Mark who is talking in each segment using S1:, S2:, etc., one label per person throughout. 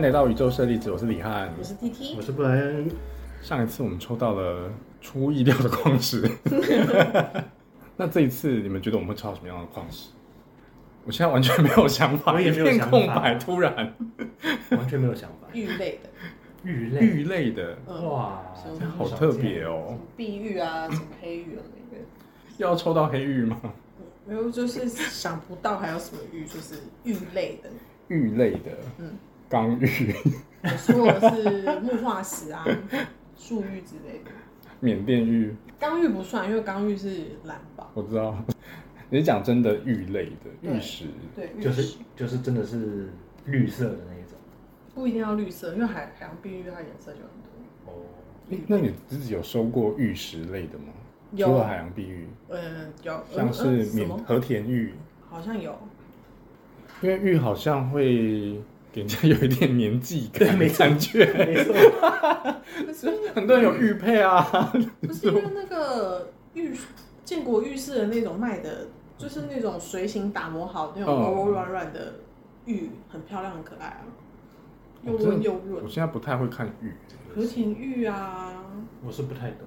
S1: 来到宇宙设立子，我是李翰。
S2: 我是 T T，
S3: 我是布莱恩，
S1: 上一次我们抽到了出乎意料的矿石， 那这一次你们觉得我们会抽到什么样的矿石？我现在完全没有想法，
S3: 我也没有
S1: 一片
S3: 想法
S1: 空白。突然，
S3: 完全没有想法。
S2: 玉类的，
S3: 玉类，
S1: 玉类的
S2: 嗯，
S3: 哇
S2: 什么，
S3: 真
S1: 好特别哦
S2: 什，么碧玉啊，什么黑玉啊那个，
S1: 要抽到黑玉吗？
S2: 没有，就是想不到还有什么玉，就是玉类 的。
S1: 玉类的，
S2: 嗯
S1: 刚玉，
S2: 我说的是木化石啊、树玉之类的，
S1: 缅甸玉，
S2: 刚玉不算，因为刚玉是蓝宝，
S1: 我知道。你是讲真的玉类的
S2: 对
S1: 玉石，
S2: 对，玉
S3: 就
S2: 石
S3: 是就是真的是绿色的那一种。
S2: 不一定要绿色，因为海海洋碧玉它颜色就很多。
S3: 哦，
S1: 诶那你自己有收过玉石类的吗？
S3: 啊
S2: 有
S1: 除了海洋碧玉，
S2: 嗯，有
S1: 像
S3: 呃
S1: 是
S2: 嗯嗯什
S1: 缅
S2: 么？
S1: 和田玉，
S2: 好像有，
S1: 因为玉好像会给人家有一点年纪感，
S3: 对没错
S1: 感 觉。
S3: 没错，
S2: 可是
S1: 很多人有玉佩啊，
S2: 不是因为那个玉建国玉室的那种卖的，就是那种随形打磨好那种
S1: 哦
S2: 柔柔软软的玉，很漂亮，很可爱啊，又
S1: 我哦真的
S2: 温又润
S1: 我。现在不太会看玉。
S2: 和田玉啊，
S3: 我是不太懂。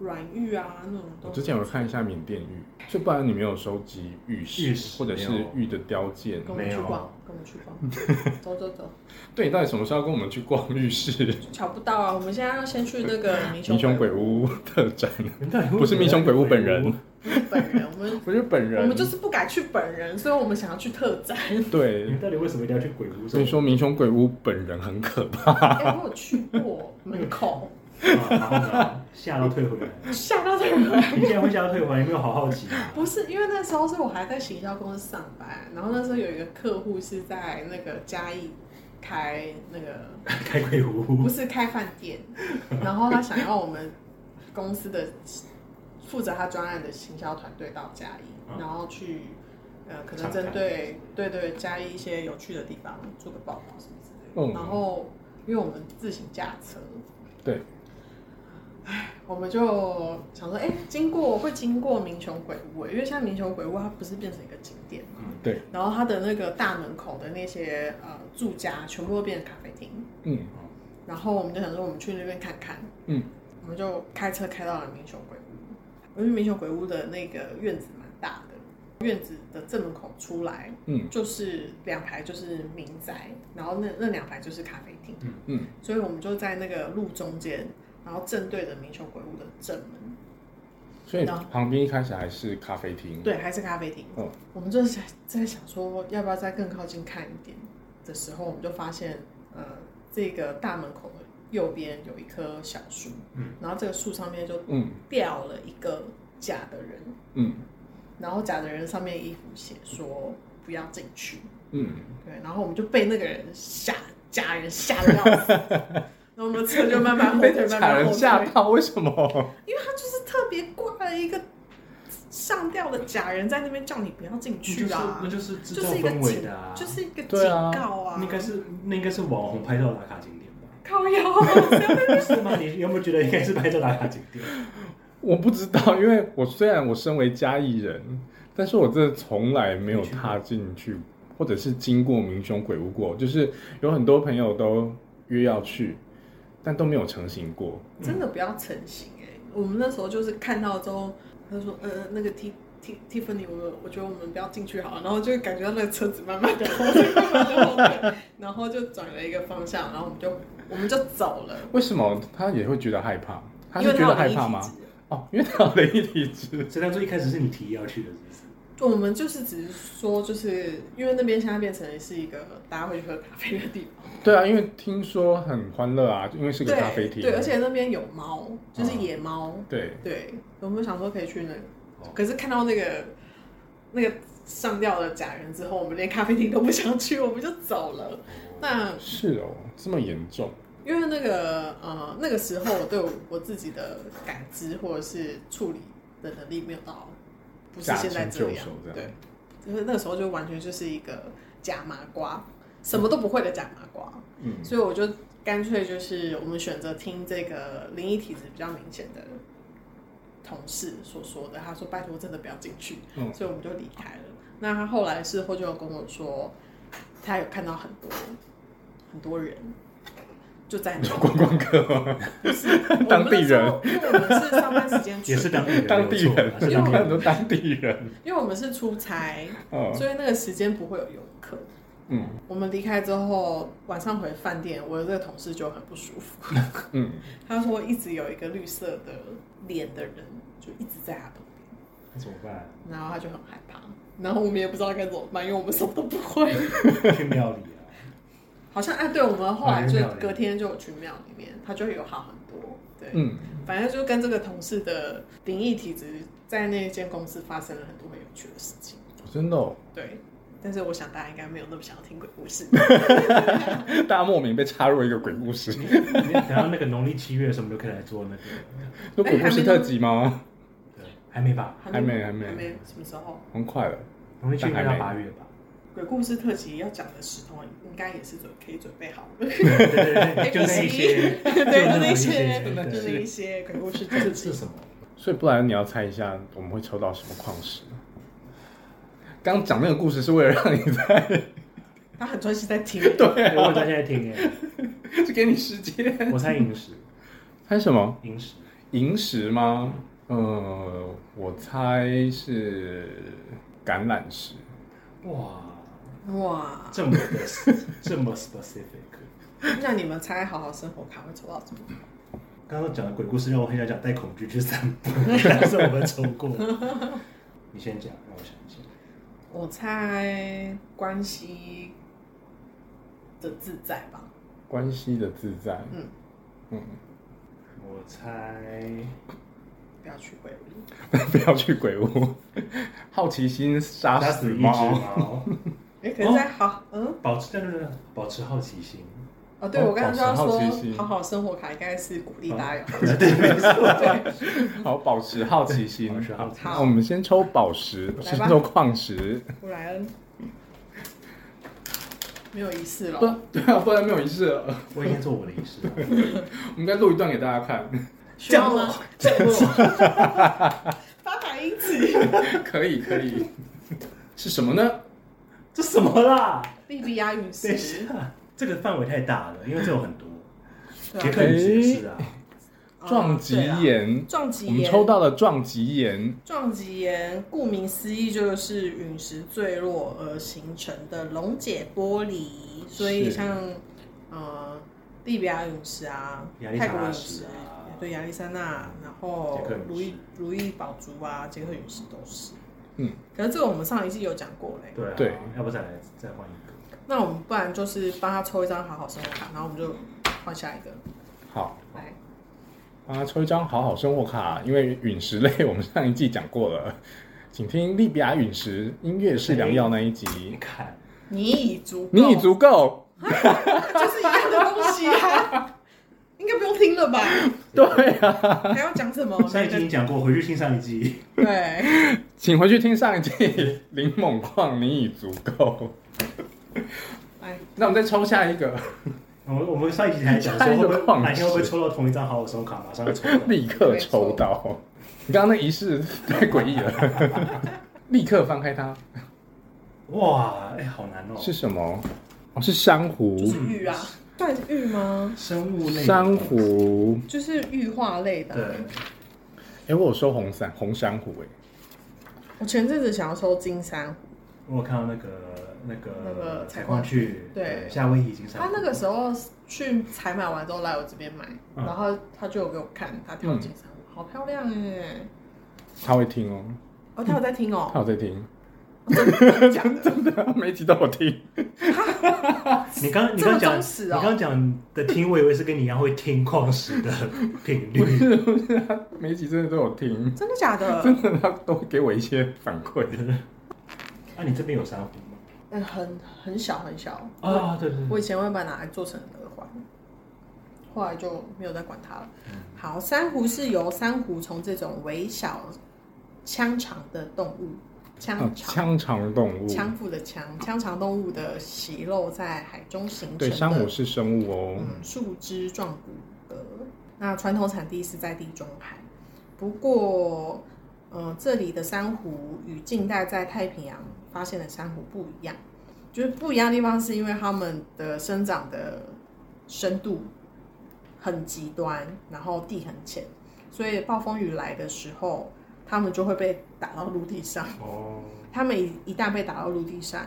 S2: 软玉啊那种
S1: 我
S2: 都。
S1: 之前有看一下缅甸玉，就不然你没有收集玉石，
S3: 玉石
S1: 或者是
S3: 没有
S1: 玉的雕件。
S2: 跟我们
S3: 没
S2: 去
S3: 有
S2: 逛，跟我们去逛，走走走，
S1: 对，你到底什么时候要跟我们去逛玉室？
S2: 瞧不到啊！我们现在要先去那个迷
S1: 迷
S2: 熊
S1: 熊鬼屋特展，
S3: 你们到底会
S1: 不是
S3: 会
S1: 迷熊鬼屋本人，
S2: 不是本人，我们
S1: 不是本人。
S2: 我们就是不敢去本人，所以我们想要去特 展。
S3: 你
S1: 对
S3: 们，到底为什么一定要去鬼屋？
S1: 所以说迷熊鬼屋本人很可怕。
S2: 哎，我有去过门口，
S3: 啊然后呢吓到退回来，
S2: 吓到这个。
S3: 你竟然会吓到退回来，有没有好好奇啊？
S2: 不是，因为那时候是我还在行销公司上班，然后那时候有一个客户是在那个嘉义开那个
S3: 开鬼屋
S2: 不，是开饭 店，然后他想要我们公司的负责他专案的行销团队到嘉义，
S3: 嗯
S2: 然后去呃可能
S3: 常
S2: 针
S3: 看
S2: 对对对嘉义一些有趣的地方做个报告什么之类的，
S1: 嗯
S2: 然后因为我们自行驾车，
S1: 对，
S2: 我们就想说，哎、经过会经过民雄鬼屋、欸因为现在民雄鬼屋它不是变成一个景点嘛，
S3: 嗯
S1: 对，
S2: 然后它的那个大门口的那些呃住家全部都变成咖啡厅，
S1: 嗯，
S2: 然后我们就想说我们去那边看看，
S1: 嗯，
S2: 我们就开车开到了民雄鬼屋，因为民雄鬼屋的那个院子蛮大的，院子的正门口出来，
S1: 嗯，
S2: 就是两排就是民宅，然后那那两排就是咖啡厅，
S3: 嗯
S1: 嗯，
S2: 所以我们就在那个路中间，然后正对着民雄鬼屋的正门。
S1: 所以
S2: 然后
S1: 旁边一开始还是咖啡厅。
S2: 对，还是咖啡厅。
S1: 嗯
S2: 我们就是在想说，要不要再更靠近看一点的时候，我们就发现，呃，这个大门口的右边有一棵小树，
S3: 嗯，
S2: 然后这个树上面就
S1: 嗯
S2: 吊了一个假的人，
S1: 嗯
S2: 然后假的人上面衣服写说不要进去，
S1: 嗯，
S2: 对，然后我们就被那个人吓，假人吓得 要死，然后我们车就慢慢后退，慢
S1: 假
S2: 慢
S1: 人
S2: 后
S1: 吓
S2: 退。
S1: 到，为什么？
S2: 因为他就是特别挂了一个上吊的假人在那边叫你不要进去啊，
S3: 那就是那就是制
S2: 就
S3: 造
S2: 是一个
S3: 氛围
S2: 警
S3: 的啊，，
S2: 就是一个警
S1: 对啊
S2: 告啊，
S3: 那应该是那应该是网红拍照打卡景点吧？
S2: 靠腰，啊
S3: 不是吗？你有没有觉得应该是拍照打卡景点？
S1: 我不知道， 因为我虽然我身为嘉义人，但是我真的从来没有踏进去，或者是经过民雄鬼屋过。就是有很多朋友都约要去，但都没有成行过。
S2: 真的不要成型哎、我们那时候就是看到之后，他说呃那个 T T Tiffany，我们我觉得我们不要进去好了，然后就感觉到那个车子慢慢的后退，慢慢的后退，然后就转了一个方向，然后我们就我们就走了，
S1: 为什么他也会觉得害怕？他
S2: 因
S1: 是
S2: 为
S1: 觉得
S2: 他有
S1: 害
S2: 灵异
S1: 怕
S2: 体
S1: 吗？
S2: 质。
S1: 哦，因为他有灵异体质。
S3: 所以当初一开始是你提议要去的，是不
S2: 我
S3: 是？
S2: 们就是只是说，就是因为那边现在变成是一个大家会去喝咖啡的地方，
S1: 对啊，因为听说很欢乐啊，因为是个
S2: 对
S1: 咖啡厅。嗯
S2: 对，而且那边有猫，就是野猫，
S1: 对
S2: 对，我们想说可以去那里
S3: 哦，
S2: 可是看到那个那个上吊的假人之后，我们连咖啡厅都不想去，我们就走了。那
S1: 是哦，这么严重。
S2: 因为那个呃那个时候我对我自己的感知或者是处理的能力没有到，不是现在
S1: 驾轻
S2: 这
S1: 就
S2: 样
S1: 熟，这样
S2: 对，就是那个时候就完全就是一个假麻瓜，什么都不会的假麻瓜，
S1: 嗯，
S2: 所以我就干脆就是我们选择听这个灵异体质比较明显的同事所说的，他说拜托真的不要进去，
S1: 嗯
S2: 所以我们就离开了。那他后来事后就有跟我说，他有看到很多很很多人，就在
S1: 你
S2: 那
S1: 说观光客吗？ 当地人
S2: 我们那时候因为我们是上班时间去，
S3: 哎也是当地人，
S1: 当地人
S3: 没，
S2: 因
S3: 有
S2: 为
S3: 错
S2: 我
S1: 看
S2: 们
S1: 很多当地人，
S2: 因为我们是出差，
S1: 哦，
S2: 所以那个时间不会有游客。
S1: 嗯
S2: 我们离开之后，晚上回饭店，我的这个同事就很不舒服。
S1: 嗯，
S2: 他说一直有一个绿色的脸的人，就一直在他旁边，
S3: 那怎么办？
S2: 然后他就很害怕。然后我们也不知道该怎么办，因为我们什么都不会。
S3: 去庙里啊，
S2: 好像哎，对，我们后来
S3: 哦
S2: 就
S3: 去庙里
S2: 隔天就有去庙里面，他就有好很多。对，
S1: 嗯，
S2: 反正就跟这个同事的灵异体质，在那间公司发生了很多很有趣的事情。
S1: 真的、哦，
S2: 对，但是我想大家应该没有那么想要听鬼故 事。
S1: 大家莫名被插入一个鬼故事，
S3: 你等到那个农历七月的时候，我们就可以来做那个，
S1: 有鬼故事特辑吗？
S3: 对，还没吧？
S1: 还没还没
S2: 还没，什么时候？
S1: 很快了，
S3: 农历七月要八月吧？
S2: 鬼故事特辑要讲的时候，应该也是准可以准备好 了。
S3: 对对对，对就那一些，
S2: 对，就
S3: 就
S2: 那
S3: 一
S2: 些，就
S3: 对
S2: 那一些鬼故事特
S3: 这
S2: 辑
S3: 是。什么？
S1: 所以不然你要猜一下我们会抽到什么矿石吗？刚讲那个故事是为了让你 猜，
S2: 他很专心在 听。
S1: 对
S3: 对，
S1: 啊
S3: 我，在现在听哎，
S1: 是给你时间。
S3: 我猜饮食，
S1: 猜什么？
S3: 饮食，
S1: 萤石吗？呃，我猜是橄榄石。
S3: 哇，
S2: 哇，
S3: 这么的 s- 这么 specific。
S2: 那你们猜好好生活卡会抽到什么？
S3: 刚刚讲的鬼故事让我很想讲带恐惧去散步，但是我们抽过。你先讲，让我想一下。
S2: 我猜关系的自在吧。
S1: 关系的自在。
S2: 嗯，
S1: 嗯，
S3: 我猜
S2: 不要去鬼屋。
S1: 不要去鬼屋，好奇心杀
S3: 杀
S1: 死
S3: 死一只
S1: 猫。
S3: 猫，
S2: 哎，可是在好，嗯，
S3: 保持对对对，保持好奇心。
S2: 哦，对，
S1: 哦
S2: 我刚刚就要
S1: 保持好奇
S2: 说，
S1: 心
S2: 好好生活卡应该是鼓励大家有好
S3: 对对对，
S2: 对，
S1: 好，保持好奇心。
S3: 保持好 奇
S2: 心
S1: 那我们先抽宝石，
S2: 吧
S1: 先抽矿石。
S2: 布莱恩没有仪式了
S1: 不。，对啊，不然没有仪式了。
S3: 我已经做我的仪式了。
S1: 我们再录一段给大家看，
S2: 降落？降落， 八百英尺，
S1: 可以，可以。是什么呢？
S3: 这什么啦？
S2: 利比亚陨
S3: 等一
S2: 石，
S3: 下， 这个范围太大了，因为这有很多。
S2: 对啊
S3: 杰克陨石也是啊，
S1: 撞击，
S2: 哦对啊
S1: 岩。
S2: 撞击
S1: 我们
S2: 岩，
S1: 抽到了撞击岩。
S2: 撞击岩，顾名思义就是陨石坠落而形成的溶解玻璃，所以
S1: 是
S2: 像呃利比亚陨石啊
S3: 亚历，
S2: 泰
S3: 山
S2: 国
S3: 大
S2: 陨
S3: 石
S2: 石
S3: 啊，
S2: 对亚历山大，然后
S3: 捷克陨石
S2: 如意如意宝珠啊，捷克陨石都是。
S1: 嗯，
S2: 可是这个我们上一季有讲过嘞，
S3: 对啊，
S1: 对
S3: 要不再来再换一个？
S2: 那我们不然就是帮他抽一张好好生活卡，然后我们就换下一个。
S1: 好，
S2: 来，
S1: 啊，抽一张好好生活卡，因为陨石类我们上一季讲过了，请听利比亚陨石音乐是良药那一
S3: 你
S1: 集。
S3: 看，
S2: 你已足够，
S1: 你已足够，
S2: 就是一样的东西啊，应该不用听了吧？
S1: 对啊，
S2: 还要讲什么？
S3: 上一集已经讲过，回去听上一集。
S2: 对，
S1: 请回去听上一季 《林猛矿》，你已足够。
S2: 来，
S1: 那我们再抽下一个，
S3: 我们我们上一集才讲说，
S1: 下
S3: 会
S1: 一个
S3: 不会
S1: 矿
S3: 哪天会不会
S1: 石
S3: 抽到同一张好友收卡，马上就抽 到？
S1: 立刻抽到。你刚刚那仪式太诡异了，立刻翻开它
S3: 哇，哎，好难哦。
S1: 是什么？哦，是珊瑚
S2: 就，是玉啊，算是玉吗？
S3: 生物类的
S1: 珊瑚。
S2: 就是玉化类的啊。
S3: 对，
S1: 哎、我有收红伞，红珊瑚、哎。
S2: 我前阵子想要收金珊瑚，
S3: 我有看到那个那个
S2: 那个
S3: 采矿去，
S2: 对
S3: 夏威夷已经上。
S2: 他那个时候去采买完之后来我这边买，
S3: 嗯
S2: 然后他就有给我看，他挑金珊瑚，好漂亮哎！
S1: 他会听哦，
S2: 哦，他有在听哦
S1: 他，有在听，
S2: 讲的。
S1: 真的，每一集都有听。
S3: 你刚嗯你
S2: 这么
S3: 刚讲，
S2: 忠实哦
S3: 你刚讲的听，我以为是跟你一样会听矿石的频率。
S1: 每一集真的都有听，
S2: 真的假的？
S3: 嗯
S1: 真的他都会给我一些反 馈。哦
S3: 那、啊你这边有珊瑚吗？
S2: 嗯，很很小很小。
S3: 啊，对对
S2: 我
S3: 对，
S2: 以前会把它拿来做成耳环，后来就没有再管它了。好，珊瑚是由珊瑚虫这种微小腔肠的动物，
S1: 啊
S2: 腔肠。
S1: 腔肠动物，
S2: 哦腔腹的腔，腔肠动物的息肉在海中形成的
S1: 对，珊瑚是生物哦。
S2: 嗯，树枝状骨骼。那传统产地是在地中海，不过，呃，这里的珊瑚与近代在太平洋发现的珊瑚不一样，就是不一样的地方是因为他们的生长的深度很极端，然后地很浅，所以暴风雨来的时候，他们就会被打到陆地上。
S3: 哦，
S2: 他们一一旦被打到陆地上，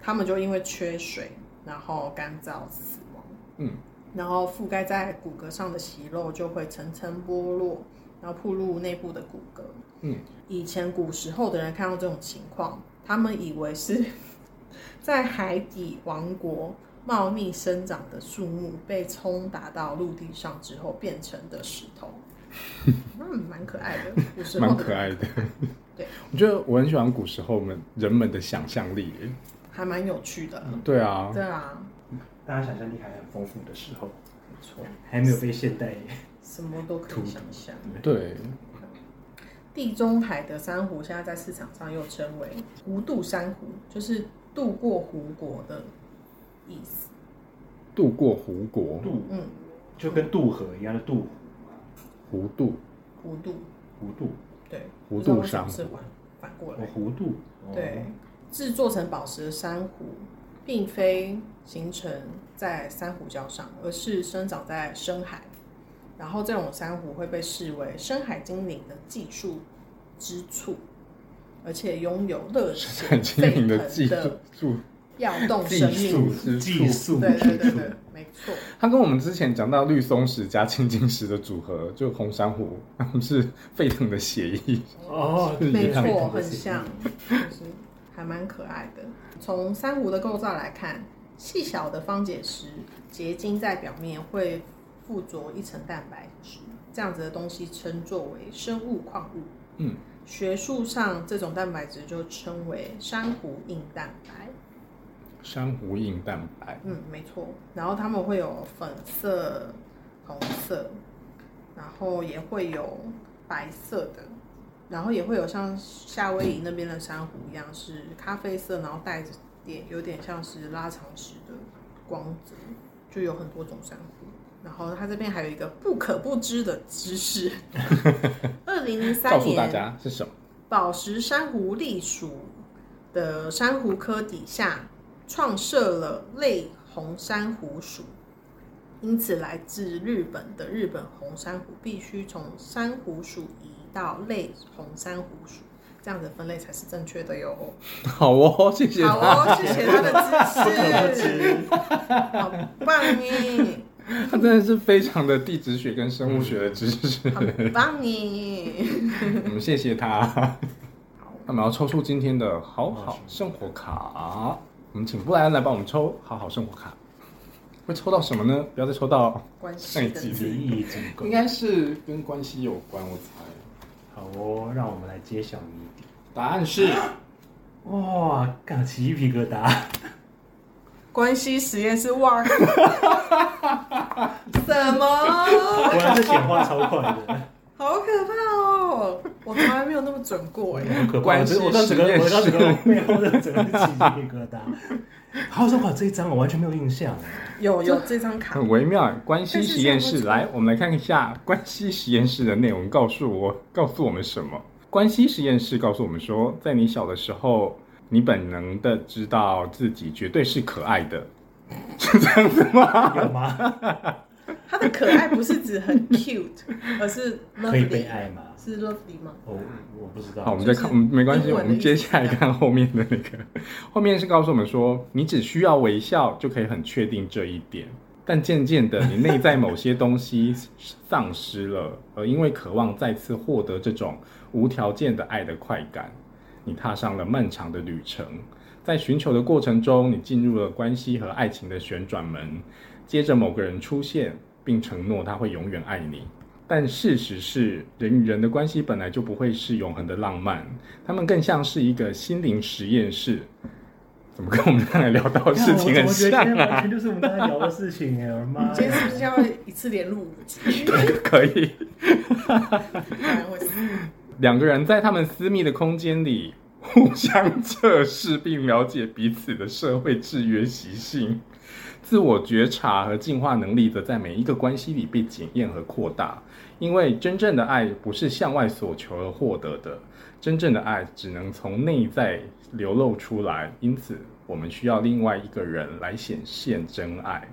S2: 他们就因为缺水，然后干燥死亡。
S1: 嗯，
S2: 然后覆盖在骨骼上的息肉就会层层剥落，然后暴露内部的骨骼。
S1: 嗯，
S2: 以前古时候的人看到这种情况，他们以为是 在海底王国茂密生长的树木被冲打到陆地上之后变成的石 头。嗯，蛮可爱的，古时候
S1: 蛮
S2: 的
S1: 可
S2: 人
S1: 爱的。
S2: 对，
S1: 我觉得我很喜欢古时候们人们的想象力耶。
S2: 还蛮有趣的。
S1: 对啊，
S2: 对啊，
S3: 大家想象力还很丰富的时候，
S2: 没错，
S3: 还没有被现代
S2: 什么都可以想象。
S1: 对，
S2: 地中海的珊瑚现在在市场上又称为弧度珊瑚，就是渡过湖国的意思。
S1: 渡过湖国，
S3: 渡，
S2: 嗯，
S3: 就跟渡河一样的渡
S1: 湖渡，
S2: 弧度，
S3: 弧度，
S2: 对，
S1: 弧度珊
S2: 不知道为什么是
S1: 瑚。
S2: 反反过
S3: 哦
S2: 来。
S3: 弧度，哦
S2: 对，制作成宝石的珊瑚，并非形成在珊瑚礁上，而是生长在深海。然后这种珊瑚会被视为深海精灵的技术之处，而且拥有热血
S1: 很精
S2: 沸
S1: 明
S2: 腾
S1: 的技
S2: 的
S1: 术，
S2: 跃动
S1: 技
S2: 生命
S1: 术之
S3: 技术
S2: 对对
S3: 之
S2: 对
S3: 处
S2: 对，没错，
S1: 它跟我们之前讲到绿松石加青金石的组合，就红珊瑚，它们是沸腾的血液。
S3: 哦，
S1: 是
S2: 没
S1: 一样的
S2: 错，很像， 就是还蛮可爱的。从珊瑚的构造来看，细小的方解石结晶在表面会附着一层蛋白质，这样子的东西称作为生物矿物。
S1: 嗯，
S2: 学术上这种蛋白质就称为珊瑚硬蛋白。
S1: 珊瑚硬蛋白，
S2: 嗯，没错。然后它们会有粉色、红色，然后也会有白色的，然后也会有像夏威夷那边的珊瑚一样是咖啡色，然后带着点有点像是拉长石的光泽，就有很多种珊瑚。然后它这边还有一个不可不知的 知识，二零零
S1: 告
S2: 三
S1: 诉
S2: 年
S1: 大家是什么？
S2: 宝石珊瑚隶属的珊瑚科底下创设了类红珊瑚属，因此来自日本的日本红珊瑚必须从珊瑚属移到类红珊瑚属，这样子分类才是正确的哟。
S1: 好哦，谢谢
S2: 好
S1: 他，
S2: 哦，谢谢他的
S3: 不
S2: 支持，
S3: 知
S2: 好棒耶，
S1: 他真的是非常的地质学跟生物学的知识，
S2: 很棒耶。
S1: 我们谢谢他。
S2: 好，
S1: 那么要抽出今天的好好生活卡，我们请布莱恩来帮我们抽好好生活卡，会抽到什么呢？不要再抽到，
S2: 关系的
S1: 上一
S2: 字
S1: 集
S3: 词意足够
S1: 应。该是跟关系有关，我猜。
S3: 好哦，让我们来揭晓谜底。
S1: 答案是
S3: 哇，干起鸡皮 疙瘩！
S2: 关系实验室哇， 什么？
S3: 果然是显化超快的，
S2: 好可怕哦！我从来没有那么准过 哎。
S3: 好可怕！
S1: 关
S3: 我
S1: 系
S3: 这我到整个
S1: 实验室
S3: 我到整个背后的整个起鸡皮疙瘩。好好说话这一张我完全没有印象。欸
S2: 有有这张卡
S1: 很，微妙，关系
S2: 但是
S1: 实验
S2: 这
S1: 室。
S2: 样不错
S1: 来，我们来看一下关系实验室的内容，告诉我告诉我们什么？关系实验室告诉我们说，在你小的时候，你本能的知道自己绝对是可爱的，
S3: 有吗？
S2: 它的可爱不是指很 cute，而是
S3: 可以被
S2: lovely，
S3: 爱吗？
S2: 是 lovely 吗？
S3: 哦，我不知道。
S1: 好，我们再看，我们没关系，
S2: 英
S1: 我
S2: 文的
S1: 们接
S2: 意思
S1: 下来
S2: 是这样
S1: 看后面的那个，后面是告诉我们说，你只需要微笑就可以很确定这一点，但渐渐的，你内在某些东西丧失了，而因为渴望再次获得这种无条件的爱的快感，你踏上了漫长的旅程，在寻求的过程中，你进入了关系和爱情的旋转门，接着某个人出现，并承诺他会永远爱你。但事实是，人与人的关系本来就不会是永恒的浪漫，他们更像是一个心灵实验室。怎么跟我们刚才聊到的事情
S3: 看
S1: 很
S3: 我怎么觉得
S1: 像
S3: 今天
S1: 啊
S3: 完？全就是我们刚才聊的事情哎，我的妈呀！
S2: 今天是不是要一次连录五集？
S1: 可以，
S2: 不然会死
S1: 两个人在他们私密的空间里互相测试，并了解彼此的社会制约习性。自我觉察和进化能力则在每一个关系里被检验和扩大，因为真正的爱不是向外所求而获得的，真正的爱只能从内在流露出来。因此，我们需要另外一个人来显现真爱，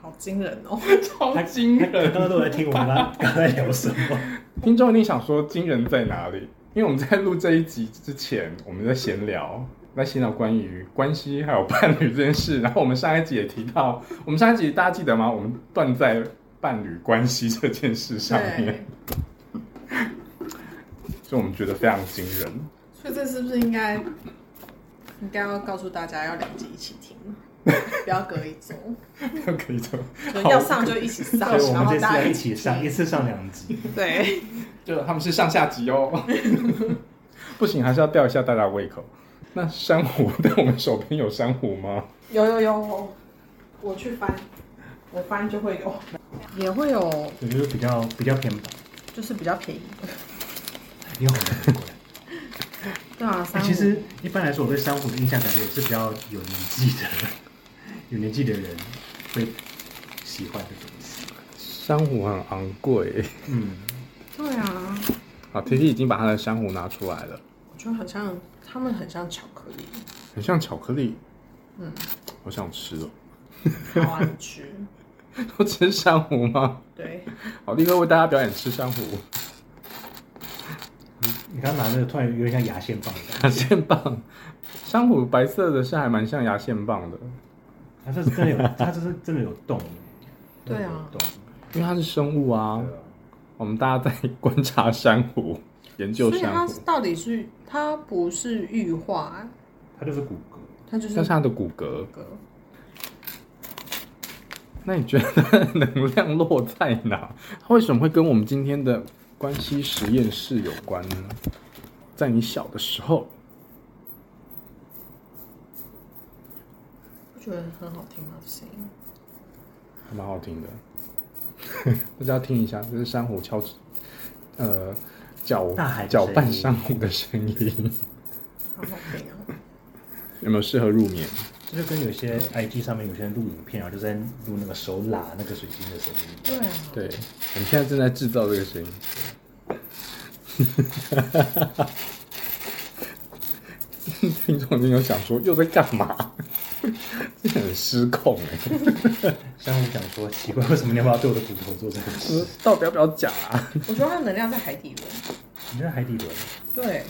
S2: 好惊人哦！
S1: 超惊
S3: 刚
S1: 人！啊
S3: 刚都有在听我们刚刚才聊什么，
S1: 听众一定想说惊人在哪里？因为我们在录这一集之前，我们在闲聊，在闲聊关于关系还有伴侣这件事。然后我们上一集也提到，我们上一集大家记得吗？我们断在伴侣关系这件事上面，
S2: 对，
S1: 所以我们觉得非常惊人。
S2: 所以这是不是应该应该要告诉大家要两集一起 听，不要隔一周，
S1: 可以就
S2: 就
S1: 好
S2: 要上就一起上，
S3: 所以我
S2: 然
S3: 们
S2: 后
S3: 这次
S2: 大家
S3: 要一起上，一
S2: 听
S3: 次上两集。
S2: 对，
S1: 就他们是上下级哦。 不行，还是要吊一下大家胃口。那珊瑚，但我们手边有珊瑚吗？
S2: 有有有，我去翻，我翻就会有，也会有，
S3: 我觉得比较比较偏吧，
S2: 就是比较便宜的，
S3: 你好难过
S1: 嗯
S3: 来。
S2: 对啊，
S3: 欸
S2: 三五
S3: 其实一般来说，我对珊瑚的印象感觉也是比较有年纪的，有年纪的人会喜欢的东西。
S1: 珊瑚很昂贵。
S3: 嗯，
S2: 对啊，
S1: 好，T T 已经把他的珊瑚拿出来了，
S2: 我觉得很像，他们很像巧克 力，
S1: 很像巧克力，
S2: 嗯，
S1: 好想吃哦。
S2: 好难吃，
S1: 都吃珊瑚吗？
S2: 对，
S1: 好，立刻为大家表演吃珊瑚。
S3: 你刚刚拿那个突然有点像牙线棒的感觉，
S1: 牙线棒，珊瑚白色的是还蛮像牙线棒的，
S3: 它这是真的有，它这是真的有洞。
S2: 对啊
S3: 有洞。
S1: 因为它是生物啊。
S3: 对啊
S1: 我们大家在观察珊 瑚，研究
S2: 所以
S1: 珊
S2: 它
S1: 瑚，
S2: 到底是它不是玉化，
S3: 它就是骨骼，
S2: 它就是
S1: 那是它的骨骼。
S2: 那个
S1: 那你觉得能量落在哪？它为什么会跟我们今天的关系实验室有关呢？在你小的时候，
S2: 我觉得很好听啊吗？这声音，
S1: 还蛮好听的， 大家听一下，这是珊瑚敲，呃，搅
S3: 大海的
S1: 搅
S3: 声
S1: 拌
S3: 音
S1: 珊瑚的声音，
S2: 好好听啊！
S1: 有没有适合入眠？
S3: 这就跟有些 IG 上面有些人录影片啊，就在录那个手拉那个水晶的声音。
S2: 对啊，
S1: 对，我们现在正在制造这个声音。 听众朋友想说又在干嘛？ 这很失控哎、
S3: 珊瑚讲说奇怪，为什么你要不要对我的骨头做这个 事？
S2: 嗯
S1: 到底要不要讲啊？
S2: 我觉得它的能量在海底轮，
S3: 你在海底轮，
S2: 对，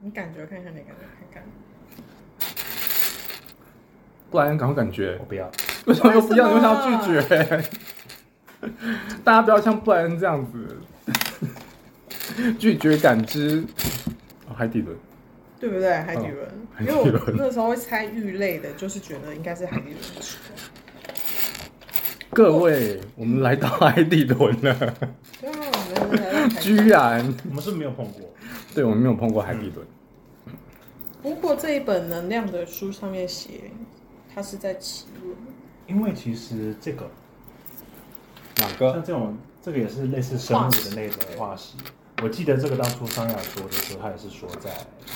S2: 你感觉看看，你感觉看看，
S1: 不然赶快感觉
S3: 我，不要。
S1: 为什么又不要？你
S2: 为
S1: 为什
S2: 什么
S1: 么要拒绝？ 大家不要像布莱恩这样子拒绝感知。哦、海底轮，
S2: 对不对？海底轮，因为
S1: 嗯海底
S2: 我
S1: 轮
S2: 那时候会猜鱼类的，就是觉得应该是海底轮的时候。
S1: 各位，我们来到海底轮 了，
S2: 对啊，我们来到海
S1: 居
S2: 底。
S1: 然，
S3: 我们是没有碰过，
S1: 对我们没有碰过海底轮。
S2: 不过这一本能量的书上面写，它是在奇轮。
S3: 因为其实这个
S1: 哪
S3: 像
S1: 个？
S3: 这种，这个也是类似生物的那种化石。我记得这个当初桑雅说的时候，他也是说在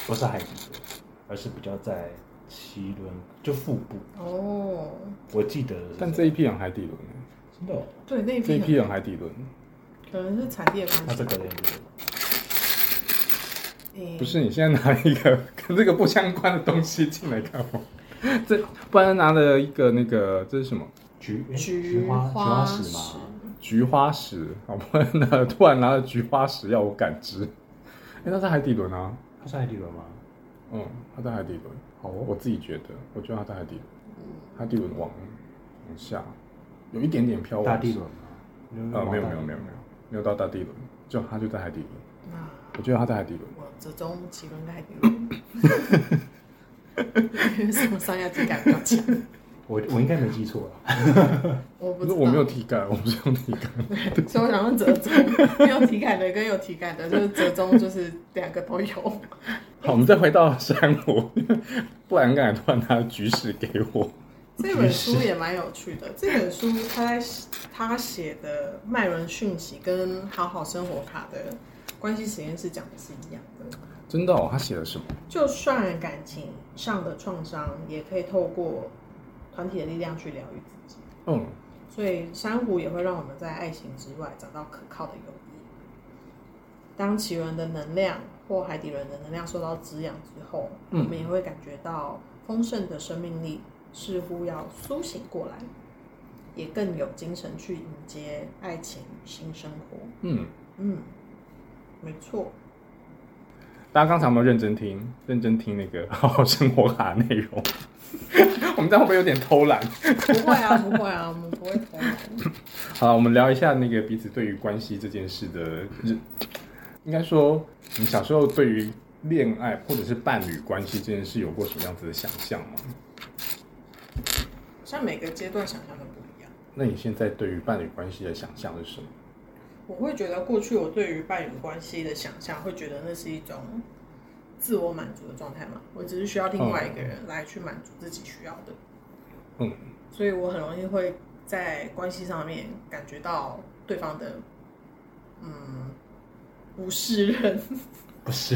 S3: 不是海底轮，而是比较在脐轮，就腹部。
S2: 哦，
S3: 我记得的是
S1: 但
S3: 这
S1: 这
S3: 样
S1: 一批很海底轮，
S3: 真的哦、
S2: 对，那一
S1: 这一
S2: 批
S1: 批很海底轮，
S2: 可能是产地的
S3: 那
S1: 啊
S2: 关
S3: 这
S2: 系
S3: 个也有。
S2: 嗯。
S1: 不是你现在拿一个 跟这个不相关的东西进来干嘛？这布莱恩拿了一个那个，这是什么？
S3: 菊诶
S2: 菊
S3: 花菊花石
S2: 石
S3: 嘛，
S1: 菊花石， 好不然拿突然拿了菊花石要我感知，哎、那是海底轮啊，
S3: 它是海底轮吗？
S1: 嗯，他在海底轮，
S3: 好
S1: 我
S3: 哦，
S1: 自己觉得，我觉得他在海底轮，海底轮往往下，有一点点飘往
S3: 大地轮吗？
S1: 呃，没有没有没有没有没有到大地轮，就他就在海底轮，
S2: 那
S1: 我觉得他在海底轮，
S2: 我折中奇轮跟海底轮。 因为什么商业体感比较强？
S3: 我我应该没记错了。
S2: 我不
S1: 可
S2: 知
S1: 是
S2: 道，
S1: 我没有体感，我不是用体感，
S2: 所以我想问折中， 没有体感的跟有体感的，就是折中，就是两个都有。
S1: 好，我们再回到珊瑚， 不然刚才突然拿了菊石给我，
S2: 这本书也蛮有趣的。这本书他在他写的《麦伦讯息》跟《好好生活卡》的关系实验室讲的是一样的。
S1: 真的哦，他写了什么？
S2: 就算感情上的创伤，也可以透过团体的力量去疗愈自己。
S1: 嗯，
S2: 所以珊瑚也会让我们在爱情之外找到可靠的友谊。
S4: 当奇轮的能量或海底轮的能量受到滋养之后，我
S1: 嗯
S4: 们也会感觉到丰盛的生命力似乎要苏醒过来，也更有精神去迎接爱情、新生活。
S1: 嗯，
S4: 嗯，没错，
S1: 大家刚才有没有认真听？认真听那个 好好生活卡的内容？ 我们这样会不会有点偷懒？
S4: 不会啊，不会啊，我们不会偷懒。
S1: 好，我们聊一下那个彼此对于关系这件事的认，应该说你小时候对于恋爱或者是伴侣关系这件事有过什么样子的想象吗？
S2: 好像每个阶段想象的不一样。
S1: 那你现在对于伴侣关系的想象是什么？
S2: 我会觉得过去我对于伴侣关系的想象，会觉得那是一种自我满足的状态嘛，我只是需要另外一个人来去满足自己需要的。
S1: 嗯，
S2: 所以我很容易会在关系上面感觉到对方的嗯不是人，
S3: 不 是，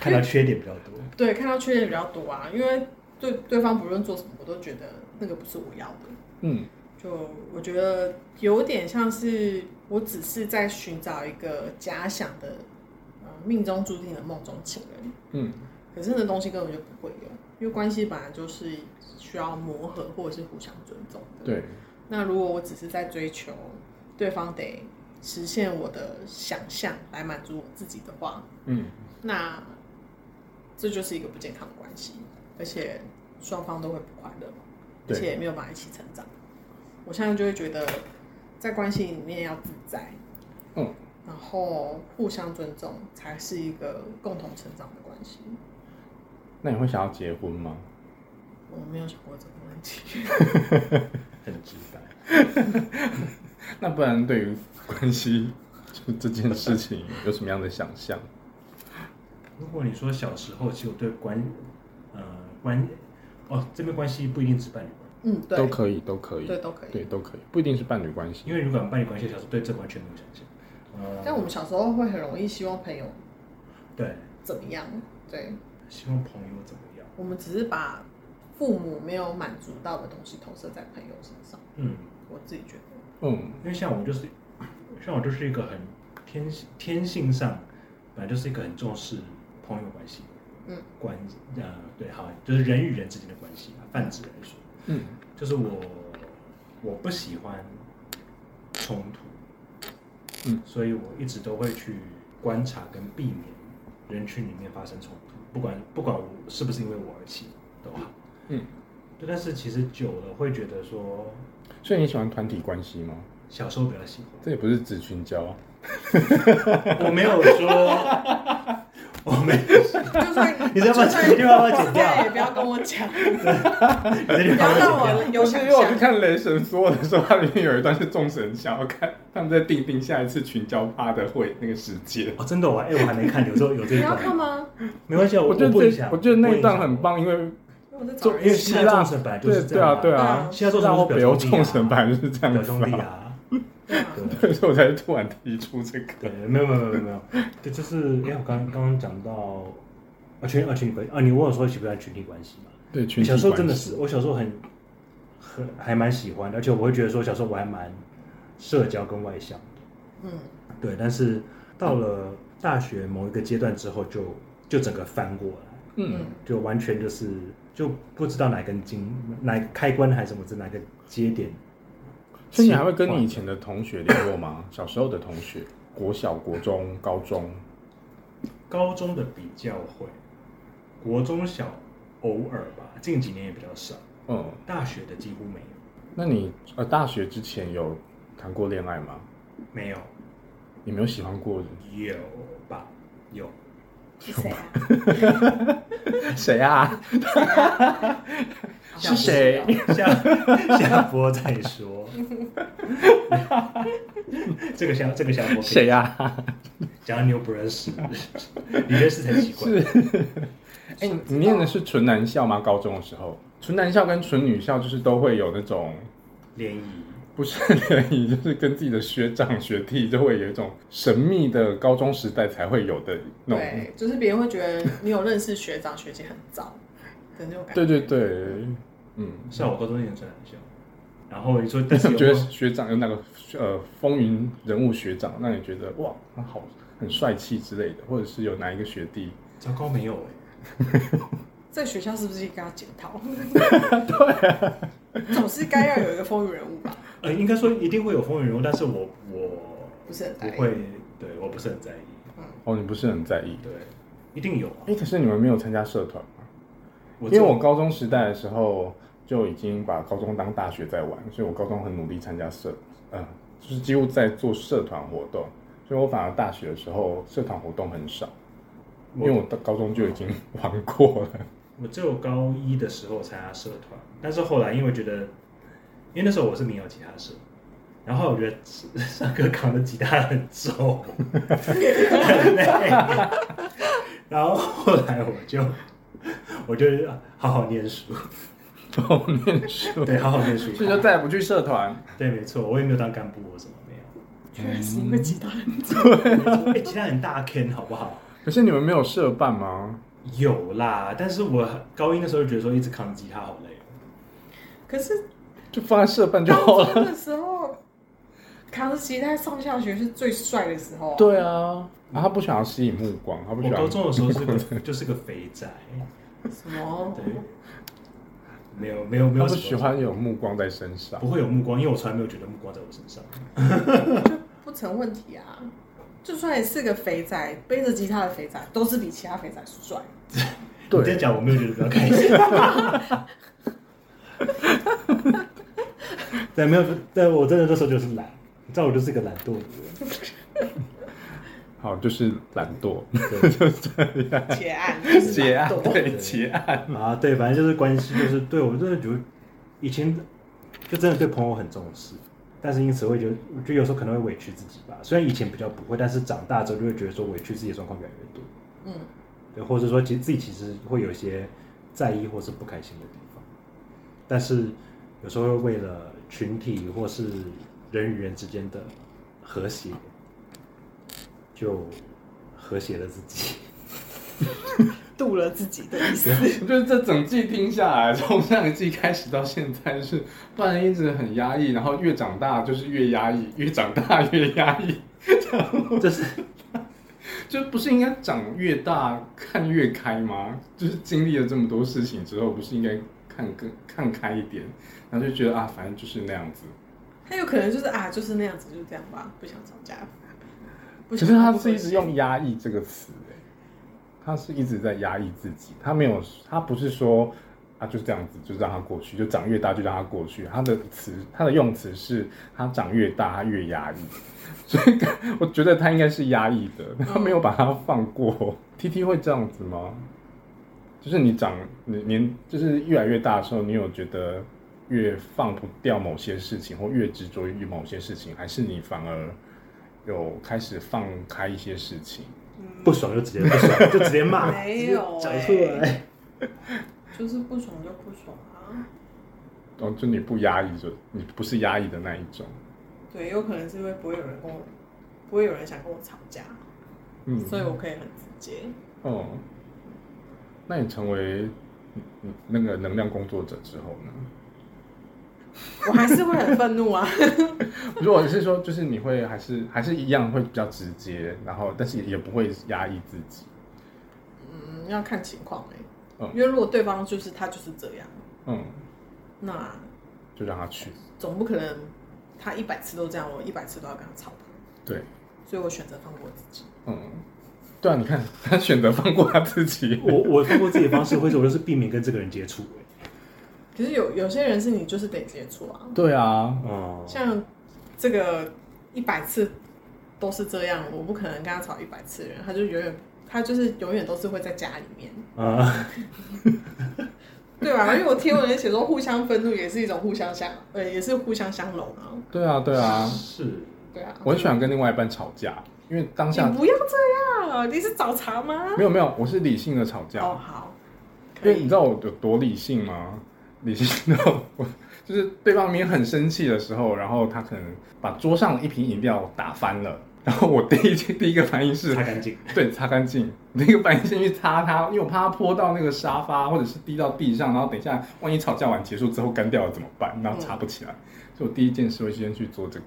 S3: 看到缺点比较多。
S2: 对，看到缺点比较多啊，因为对对方不论做什么，我都觉得那个不是我要的。
S1: 嗯
S2: 就我觉得有点像是我只是在寻找一个假想的，呃，命中注定的梦中情人，
S1: 嗯
S2: 可是那东西根本就不会有，因为关系本来就是需要磨合或者是互相尊重的。，
S1: 对，
S2: 那如果我只是在追求对方得实现我的想象来满足我自己的话，
S1: 嗯
S2: 那这就是一个不健康的关系，而且双方都会不快乐，而
S1: 对
S2: 且也没有办法一起成长。我现在就会觉得，在关系里面要自在，
S1: 嗯，
S2: 然后互相尊重，才是一个共同成长的关系。
S1: 那你会想要结婚吗？
S2: 我没有想过这个问题。
S3: 很直白。
S1: 那不然对于关系就这件事情有什么样的想象？
S3: 如果你说小时候，其实我对关，呃，关，哦，这边关系不一定指伴侣关系，
S2: 嗯，对，
S1: 都可以，都可以，
S2: 对，都可以。
S1: 对都可以，不一定是伴侣关系。
S3: 因为如果我们伴侣关系，小时候对这个完全没有想象。
S2: 但
S3: 呃，
S2: 我们小时候会很容易希望朋友
S3: 对，
S2: 怎么样，对
S3: 希望朋友怎么样？
S2: 我们只是把父母没有满足到的东西投射在朋友身上。
S3: 嗯，
S2: 我自己觉得，
S1: 嗯
S3: 因为像我就是， 像我就是一个很天性天性上，本来就是一个很重视朋友关系，
S2: 嗯，
S3: 关呃，对，好，就是人与人之间的关系啊，泛指来说，
S1: 嗯
S3: 就是我我不喜欢冲突，
S1: 嗯，
S3: 所以我一直都会去观察跟避免人群里面发生冲突，不管不管我是不是因为我而起都好。
S1: 嗯，
S3: 对，但是其实久了会觉得说，
S1: 所以你喜欢团体关系吗？
S3: 小时候比较喜
S1: 这也不是指群交啊，
S3: 欢，我没有说， 我没
S2: 就算
S3: 你这要不要
S2: 就算
S3: 这句话要不要剪掉
S2: 对，不要跟我讲，
S3: 有，
S2: 不
S3: 你
S2: 要让
S3: 让
S2: 我有
S1: 不是
S2: 想
S1: 因为我去
S2: 象。
S1: 看《雷神索尔》的时候，它里面有一段是众神想要看他们在定定下一次群交趴的会那个时间。
S3: 哦，真的我还哎、我还没看，有时候有这
S2: 你
S3: 一
S2: 要看
S3: 段，
S2: 吗？
S3: 没关系，哦我
S1: 我觉得
S3: 不影
S1: 这
S3: 响，
S1: 我觉得那一段
S3: 不
S1: 很
S3: 影响。
S1: 棒，因为
S2: 我在找
S1: 中
S3: 因为
S2: 人。
S3: 希腊众神本来就是
S1: 对
S3: 这样啊
S1: 对啊
S2: 对啊
S3: 现在做
S1: 对
S3: 什
S1: 啊，
S3: 么
S1: 我
S3: 是
S1: 北欧众
S3: 众
S1: 神
S3: 吧，
S1: 版就是这
S3: 表
S1: 样子
S3: 兄弟
S1: 啊，
S3: 啊，
S2: 对啊
S3: 对。
S1: 所以我才突然提出这个。
S3: 对，没有没有没有没有，对，就是哎，我刚刚刚讲到啊群啊群体关系啊，你问我说喜不喜欢群体关系嘛？
S1: 对，群体
S3: 哎小时候
S1: 关
S3: 真的
S1: 系
S3: 是，我小时候很很还蛮喜欢的，而且我会觉得说小时候我还蛮社交跟外向的，
S2: 嗯，
S3: 对，但是到了大学某一个阶段之后就，就整个翻过来，
S1: 嗯
S3: 就完全就是就不知道哪根筋哪开关还是什么，是哪个节点。
S1: 所以你还会跟你以前的同学联络吗？小时候的同学，国小、国中、高中，
S3: 高中的比较会，国中小偶尔吧，近几年也比较少，
S1: 嗯，
S3: 大学的几乎没有，
S1: 那你呃大学之前有谈过恋爱吗？
S3: 没有
S1: 你没有喜欢过
S3: 有吧，有
S2: 是谁啊？
S1: 谁啊？是谁？
S2: 哦
S3: 下下播再说。 这个下这个下播可以
S1: 谁？啊？
S3: 假如你又不认识，你认识才奇怪。
S1: 哎、 你你念的是纯男校吗？高中的时候，纯男校跟纯女校就是都会有那种
S3: 联谊，
S1: 不是 联谊，就是跟自己的学长学弟就会有一种神秘的高中时代才会有的那种。
S2: 对，就是别人会觉得你有认识学长学姐很早的那种感
S1: 对
S2: 觉。
S1: 对对， 嗯，
S3: 是啊，我高中念真男校，然后你说，但
S1: 但
S3: 是
S1: 是
S3: 有
S1: 觉得学长有那个呃风云人物学长，让你觉得哇，他好很帅气之类的，或者是有哪一个学弟，
S3: 糟糕，没有哎、
S2: 在学校是不是也跟他检 讨？
S1: 啊
S2: 对、总是该要有一个风云人物吧，
S3: 呃，应该说一定会有风云人物，但是我我
S2: 不是很在
S3: 不
S2: 意。
S3: 会，对我不是很在意，
S1: 哦，你不是很在意。
S3: 对，一定有啊。
S1: 哎，可是你们没有参加社团吗？
S3: 我
S1: 因为
S3: 这
S1: 我高中时代的时候就已经把高中当大学在玩，所以我高中很努力参加社，呃，就是几乎在做社团活动，所以我反而大学的时候社团活动很少，因为我到高中就已经 玩过了。
S3: 我只有高一的时候参加社团，但是后来因为觉得，因为那时候我是民谣吉他社，然后我觉得上课扛的吉他很重， 很累，然后后来我就我就好好念书，
S1: 后面说，
S3: 对，好好念书，
S1: 所以就再也不去社团。
S3: 对，没错，我也没有当干部，我什么没有，
S2: 居然是因为吉他
S1: 嗯
S2: 人，
S3: 哎、吉他很大坑，好不好？
S1: 可是你们没有社办吗？
S3: 有啦，但是我高一那时候就觉得说一直扛吉他好累哦，
S2: 可是
S1: 就放在社办就好
S2: 高
S1: 了。
S2: 中的时候，扛着吉他上下学是最帅的时候。，
S1: 对啊，啊，他不想要吸引目光，他不
S3: 我
S1: 想
S3: 高
S1: 要。
S3: 中的时候是个 就是个肥宅。
S2: 什么？
S3: 对，没有没有没
S1: 他
S3: 有
S1: 不
S3: 什么
S1: 喜欢有目光在身上
S3: 不，会有目光，因为我从来没有觉得目光在我身上。
S2: 不成问题啊。就算你是个肥仔，背着吉他的肥仔，都是比其他肥仔帅。
S3: 你这
S1: 对
S3: 样，讲我没有觉得比较 开心。对，没有，对我真的那时候就是懒，你知道我就是一个懒惰的
S1: 好，就是懒惰，
S2: 结案就 是
S1: 结
S2: 懒
S1: 案，
S2: 惰
S1: 对结案，
S3: 人啊。对，反正就是关系，就是对我真的觉得以前就真的对朋友很重视，但是因此会觉得，我觉得有时候可能会委屈自己吧。虽然以前比较不会，但是长大之后就会觉得说委屈自己的状况越来越多。
S2: 嗯，
S3: 对，或者说其实自己其实会有一些在意或是不开心的地方，但是有时候会为了群体或是人与人之间的和谐，就和谐了自己。
S2: 度了自己的意思。
S1: 就是这整季听下来， 从上一季开始到现在是，不然一直很压抑，然后越长大就是越压抑，越长大越压抑，
S3: 就是
S1: 就不是应该长越大看越开吗？就是经历了这么多事情之后，不是应该看更看开一点，然后就觉得啊，反正就是那样子。
S2: 他有可能就是啊，就是那样子，就这样吧，不想吵架。不
S1: 可
S2: 想
S1: 是他是一直用“压抑”这个词，哎，他是一直在压抑自己，他没有，他不是说啊就是这样子，就让他过去，就长越大就让他过去。他的词，他的用词是他长越大，他越压抑， 所以我觉得他应该是压抑的，他没有
S2: 嗯
S1: 把它放过。T T 会这样子吗？就是你长你年就是越来越大的时候，你有觉得越放不掉某些事情，或越执着于某些事情，还是你反而有开始放开一些事情？
S2: 嗯
S3: 不爽就直接不爽，就直接骂，
S2: 没有欸
S3: 直接讲出来。
S2: 就是不爽就不爽啊。
S1: 哦，就你不压抑，就你不是压抑的那一种。
S2: 对，有可能是因为不会有人跟我，不会有人想跟我吵架，
S1: 嗯，
S2: 所以我可以很直接。
S1: 哦，那你成为嗯嗯那个能量工作者之后呢？
S2: 我还是会很愤怒啊。
S1: 如果是说，就是你会还是还是一样会比较直接，然后但是也不会压抑自己。
S2: 嗯，要看情况哎、
S1: 嗯
S2: 因为如果对方就是他就是这样，
S1: 嗯，
S2: 那
S1: 就让他去。
S2: 总不可能他一百次都这样，我一百次都要跟他吵吧。
S1: 对，
S2: 所以我选择放过自己。
S1: 嗯，对啊，你看 他选择放过他自己。
S3: 我我通过自己的方式，或者我就是避免跟这个人接触。欸
S2: 可是有有些人是你就是得接触啊，
S1: 对啊，
S3: 哦、
S2: 像这个一百次都是这样，我不可能跟他吵一百次的人，他就永远他就是永远都是会在家里面，
S3: 啊，
S2: 对啊 吧？因为我贴文也写说互相愤怒也是一种互相相，呃，也是互相相容啊，
S1: 对啊，对啊，
S3: 是
S2: 对啊。
S1: 我很喜欢跟另外一半吵架，因为当下
S2: 你不要这样，你是找茬吗？
S1: 没有没有，我是理性的吵架。
S2: 哦，好，
S1: 因
S2: 可
S1: 为你
S2: 以
S1: 知。道我有多理性吗？理性到我就是对方明明很生气的时候，然后他可能把桌上一瓶饮料打翻了，然后我第一第一个反应是
S3: 擦干净。
S1: 对，擦干净。那个反应先去擦它，因为我怕它泼到那个沙发或者是滴到地上，然后等一下万一吵架完结束之后干掉了怎么办？然后擦不起来，所以我第一件事会先去做这个。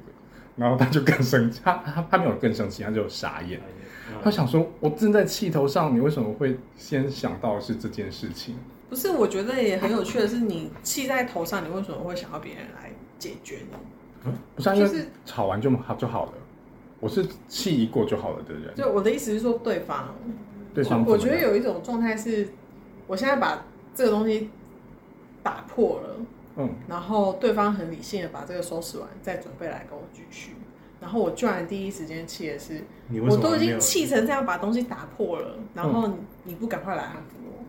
S1: 然后他就更生气，他他他没有更生气，他就傻眼。
S3: 哎
S1: 他想说，我正在气头上，你为什么会先想到的是这件事情？
S2: 不是，我觉得也很有趣的是，你气在头上，你为什么会想要别人来解决你？
S1: 不是、啊，因
S2: 就
S1: 为
S2: 是
S1: 吵完就好就好了。我是气一过就好了的人，
S2: 就我的意思是说，对方，
S1: 对方
S2: 我我
S1: 怎
S2: 觉
S1: 么
S2: 得
S1: 样
S2: 有一种状态是，我现在把这个东西打破了，
S1: 嗯，
S2: 然后对方很理性的把这个收拾完，再准备来跟我继续。然后我居然第一时间气的是，
S3: 你为
S2: 我
S3: 什么
S2: 都已
S3: 没
S2: 经
S3: 有
S2: 气成这样，把东西打破了，然后你不赶快来安抚我，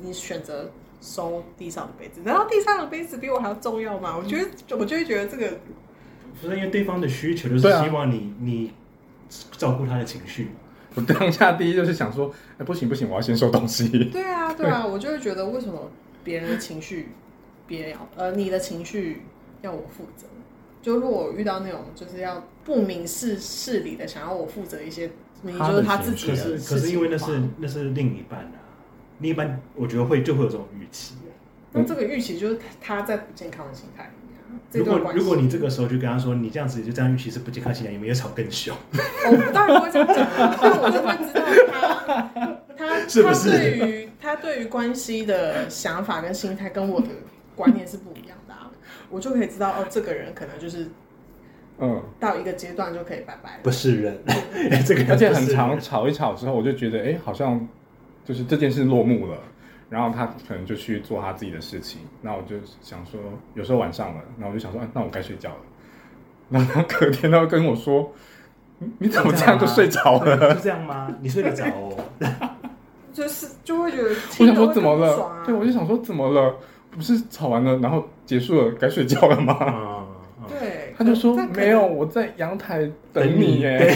S2: 你选择收地上的杯子，难道地上的杯子比我还要重要吗？我觉得，我就会觉得这个
S3: 不是因为对方的需求，就是
S1: 对啊
S3: 希望你、你照顾他的情绪嘛。
S1: 我当下第一就是想说，哎、不行不行，我要先收东西。
S2: 对啊，对啊，我就会觉得为什么别人的情绪，别人要呃你的情绪要我负责？就如果我遇到那种就是要不明事事理的，想要我负责一些，明明就是他自己的
S3: 可是
S2: 事
S1: 啊
S2: 情
S3: 可是因为那
S2: 的
S3: 是
S2: 话
S3: 那是另一半啊，另一半我觉得会就会有这种预期、啊
S2: 那这个预期就是他在不健康的心态里面啊。这
S3: 如
S2: 段
S3: 果
S2: 关系
S3: 如果你这个时候就跟他说你这样子就这样预期是不健康心态，你们也吵更凶。
S2: 我哦当然不会这样讲了，但我就会知道他他
S3: 是不是
S2: 他对于他对于关系的想法跟心态跟我的观念是不一样的、啊，我就可以知道哦，这个人可能就是
S1: 嗯，
S2: 到一个阶段就可以拜拜了。
S3: 不是人， 这个人
S1: 而且
S3: 不是
S1: 很
S3: 人
S1: 长，吵一吵之后，我就觉得，哎、好像就是这件事落幕了。然后他可能就去做他自己的事情，那我就想说，有时候晚上了，那我就想说，啊、那我该睡觉了。然后他隔天他会跟我说，你你怎么这样就睡着了？
S3: 了？是这样吗？你睡得着哦？
S2: 就是就会觉得
S1: 我
S2: 听
S1: 想
S2: 着
S1: 说
S2: 会
S1: 怎么
S2: 更不
S1: 了？
S2: 爽啊
S1: 对，我就想说怎么了？不是吵完了，然后结束了，该睡觉了 吗？
S3: 嗯，嗯
S2: 对，
S1: 他就说
S2: 但可能
S1: 没有，我在阳台等
S3: 你
S1: 你耶。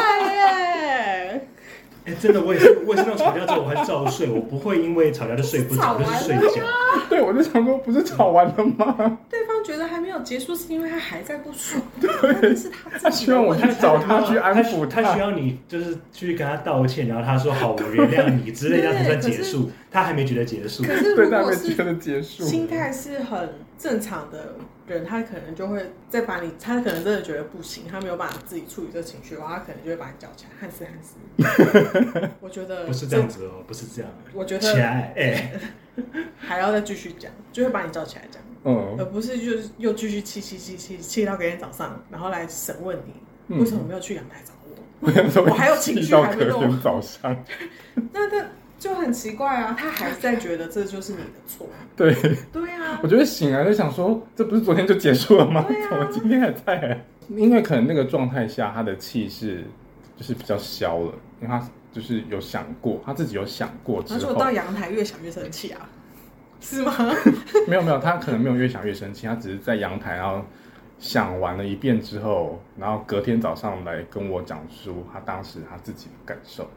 S2: 对耶，
S3: 哎、真的，我也是，我也是那种吵架之后我会照睡，我不会因为吵架就睡不着，就是睡觉。
S1: 对，我就想说，不是吵完了 吗？
S2: 对方觉得还没有结束，是因为他还在 不爽，对，是他自己
S1: 他希望我去找他去安抚
S3: 他，需要你就是去跟他道歉，然后他说好，我原谅你之类，这样才算结束。他还没觉得结束，
S2: 可是
S1: 对，
S2: 如
S1: 但
S2: 果
S1: 没觉
S2: 是
S1: 得结束。
S2: 心态是很正常的人，他可能就会再把你，他可能真的觉得不行，他没有办法自己处理这情绪的话，他可能就会把你叫起来，汉斯汉斯。 我觉得
S3: 不是这样，子哦，不是这样。
S2: 我觉
S3: 起
S2: 得
S3: 来，哎、
S2: 还要再继续讲，就会把你叫起来讲。而
S1: 嗯，
S2: 不是就是又继续气气气气气到隔天早上，然后来审问你
S1: 嗯
S2: 为什么没有去阳台找我，
S1: 我想说
S2: 我还有情绪
S1: 气到
S2: 还没
S1: 隔
S2: 弄
S1: 天早上，
S2: 那那就很奇怪啊，他还在觉得这就是你的错，
S1: 对
S2: 对啊
S1: 我，觉得醒来就想说，这不是昨天就结束了吗？
S2: 对啊
S1: 怎么今天还在？啊因为可能那个状态下，他的气是就是比较消了，因为他就是有想过，他自己有想过之
S2: 然后就
S1: 后，
S2: 到阳台越想越生气啊，是吗？
S1: 没有没有，他可能没有越想越生气，他只是在阳台，然后想完了一遍之后，然后隔天早上来跟我讲述他当时他自己的感受。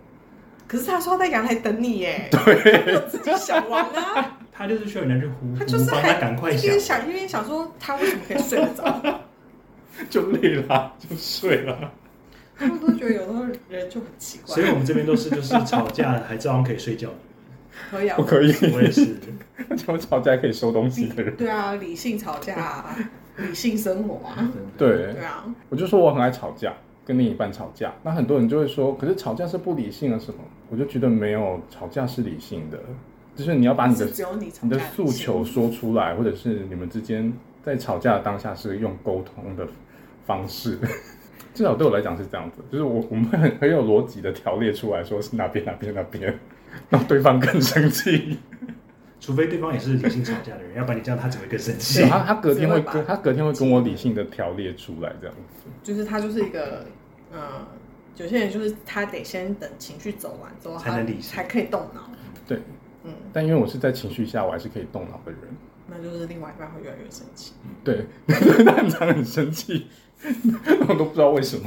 S2: 可是他说他在阳台等你耶，对，自己想完啊，
S3: 他就是需要人家去呼，
S2: 他就是
S3: 呼帮他
S2: 还
S3: 赶快
S2: 一边
S3: 想。
S2: 想一边想说他为什么可以睡得着，
S1: 就累啦，就睡了。
S2: 他们都觉得有时候人就很奇怪
S3: 所以，我们这边都是就是吵架还照样可以睡觉的，
S2: 可以啊
S1: 不，可以，
S3: 我也是。
S1: 而且我吵架可以收东西的 人。
S2: 对啊，理性吵架啊，理性生活啊，
S1: 对
S2: 对，啊。
S1: 我就说我很爱吵架，跟另一半吵架。那很多人就会说，可是吵架是不理性的什么？我就觉得没有，吵架是理性的，就是你要把你的
S2: 是只有你吵架
S1: 你的
S2: 理性
S1: 诉求说出来，或者是你们之间在吵架的当下是用沟通的方式。 至少对我来讲是这样子，就是我我们会很很有逻辑的条列出来说是哪边哪边哪边，让对方更生气。
S3: 除非对方也是理性吵架的人，要不然你这样他只会更生气
S1: 对。他他隔天会
S2: 只会
S1: 跟
S2: 把
S1: 他隔天会跟我理性的条列出来这样子。
S2: 就是他就是一个，呃，有些人就是他得先等情绪走完之后，
S3: 才
S2: 他
S3: 能理性
S2: 才可以动脑，
S1: 对，
S2: 嗯，
S1: 但因为我是在情绪下，我还是可以动脑的人。
S2: 那就是另外一半会越来越生 气。
S1: 对， 他很常很生气， 我都不知道为什么。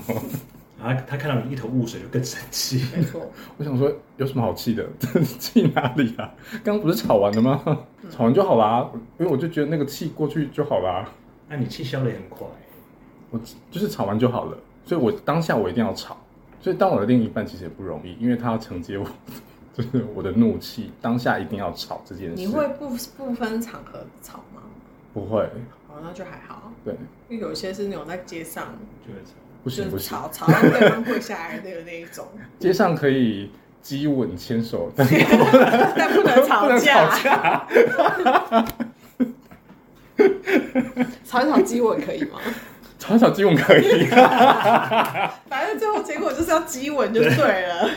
S3: 然后他看到你一头雾水就更生气。
S2: 没错，
S1: 我想说，有什么好气的？ 这气哪里啊？刚刚不是吵完了吗？
S2: 嗯
S1: 吵完就好啦，因为我就觉得那个气过去就好啦，
S3: 那你气消的也很快，
S1: 我就是吵完就好了。所以我当下我一定要吵。所以当我的另一半其实也不容易，因为他要承接我， 就是我的怒气，当下一定要吵这件事。
S2: 你会不不分场合吵吗？
S1: 不会？
S2: 哦，那就还好，
S1: 对，
S2: 因为有些是那种在街上，
S3: 就会吵。
S1: 不行不
S2: 就是
S1: 行，
S2: 吵吵到对方跪下来的那一 种，
S1: 街上可以激吻牵手， 但
S2: 但不能
S1: 不
S2: 吵
S1: 能
S2: 架，
S1: 吵架。
S2: 吵一吵激吻可以 吗？
S1: 吵一吵激吻可以，
S2: 反正最后结果就是要激吻就对了。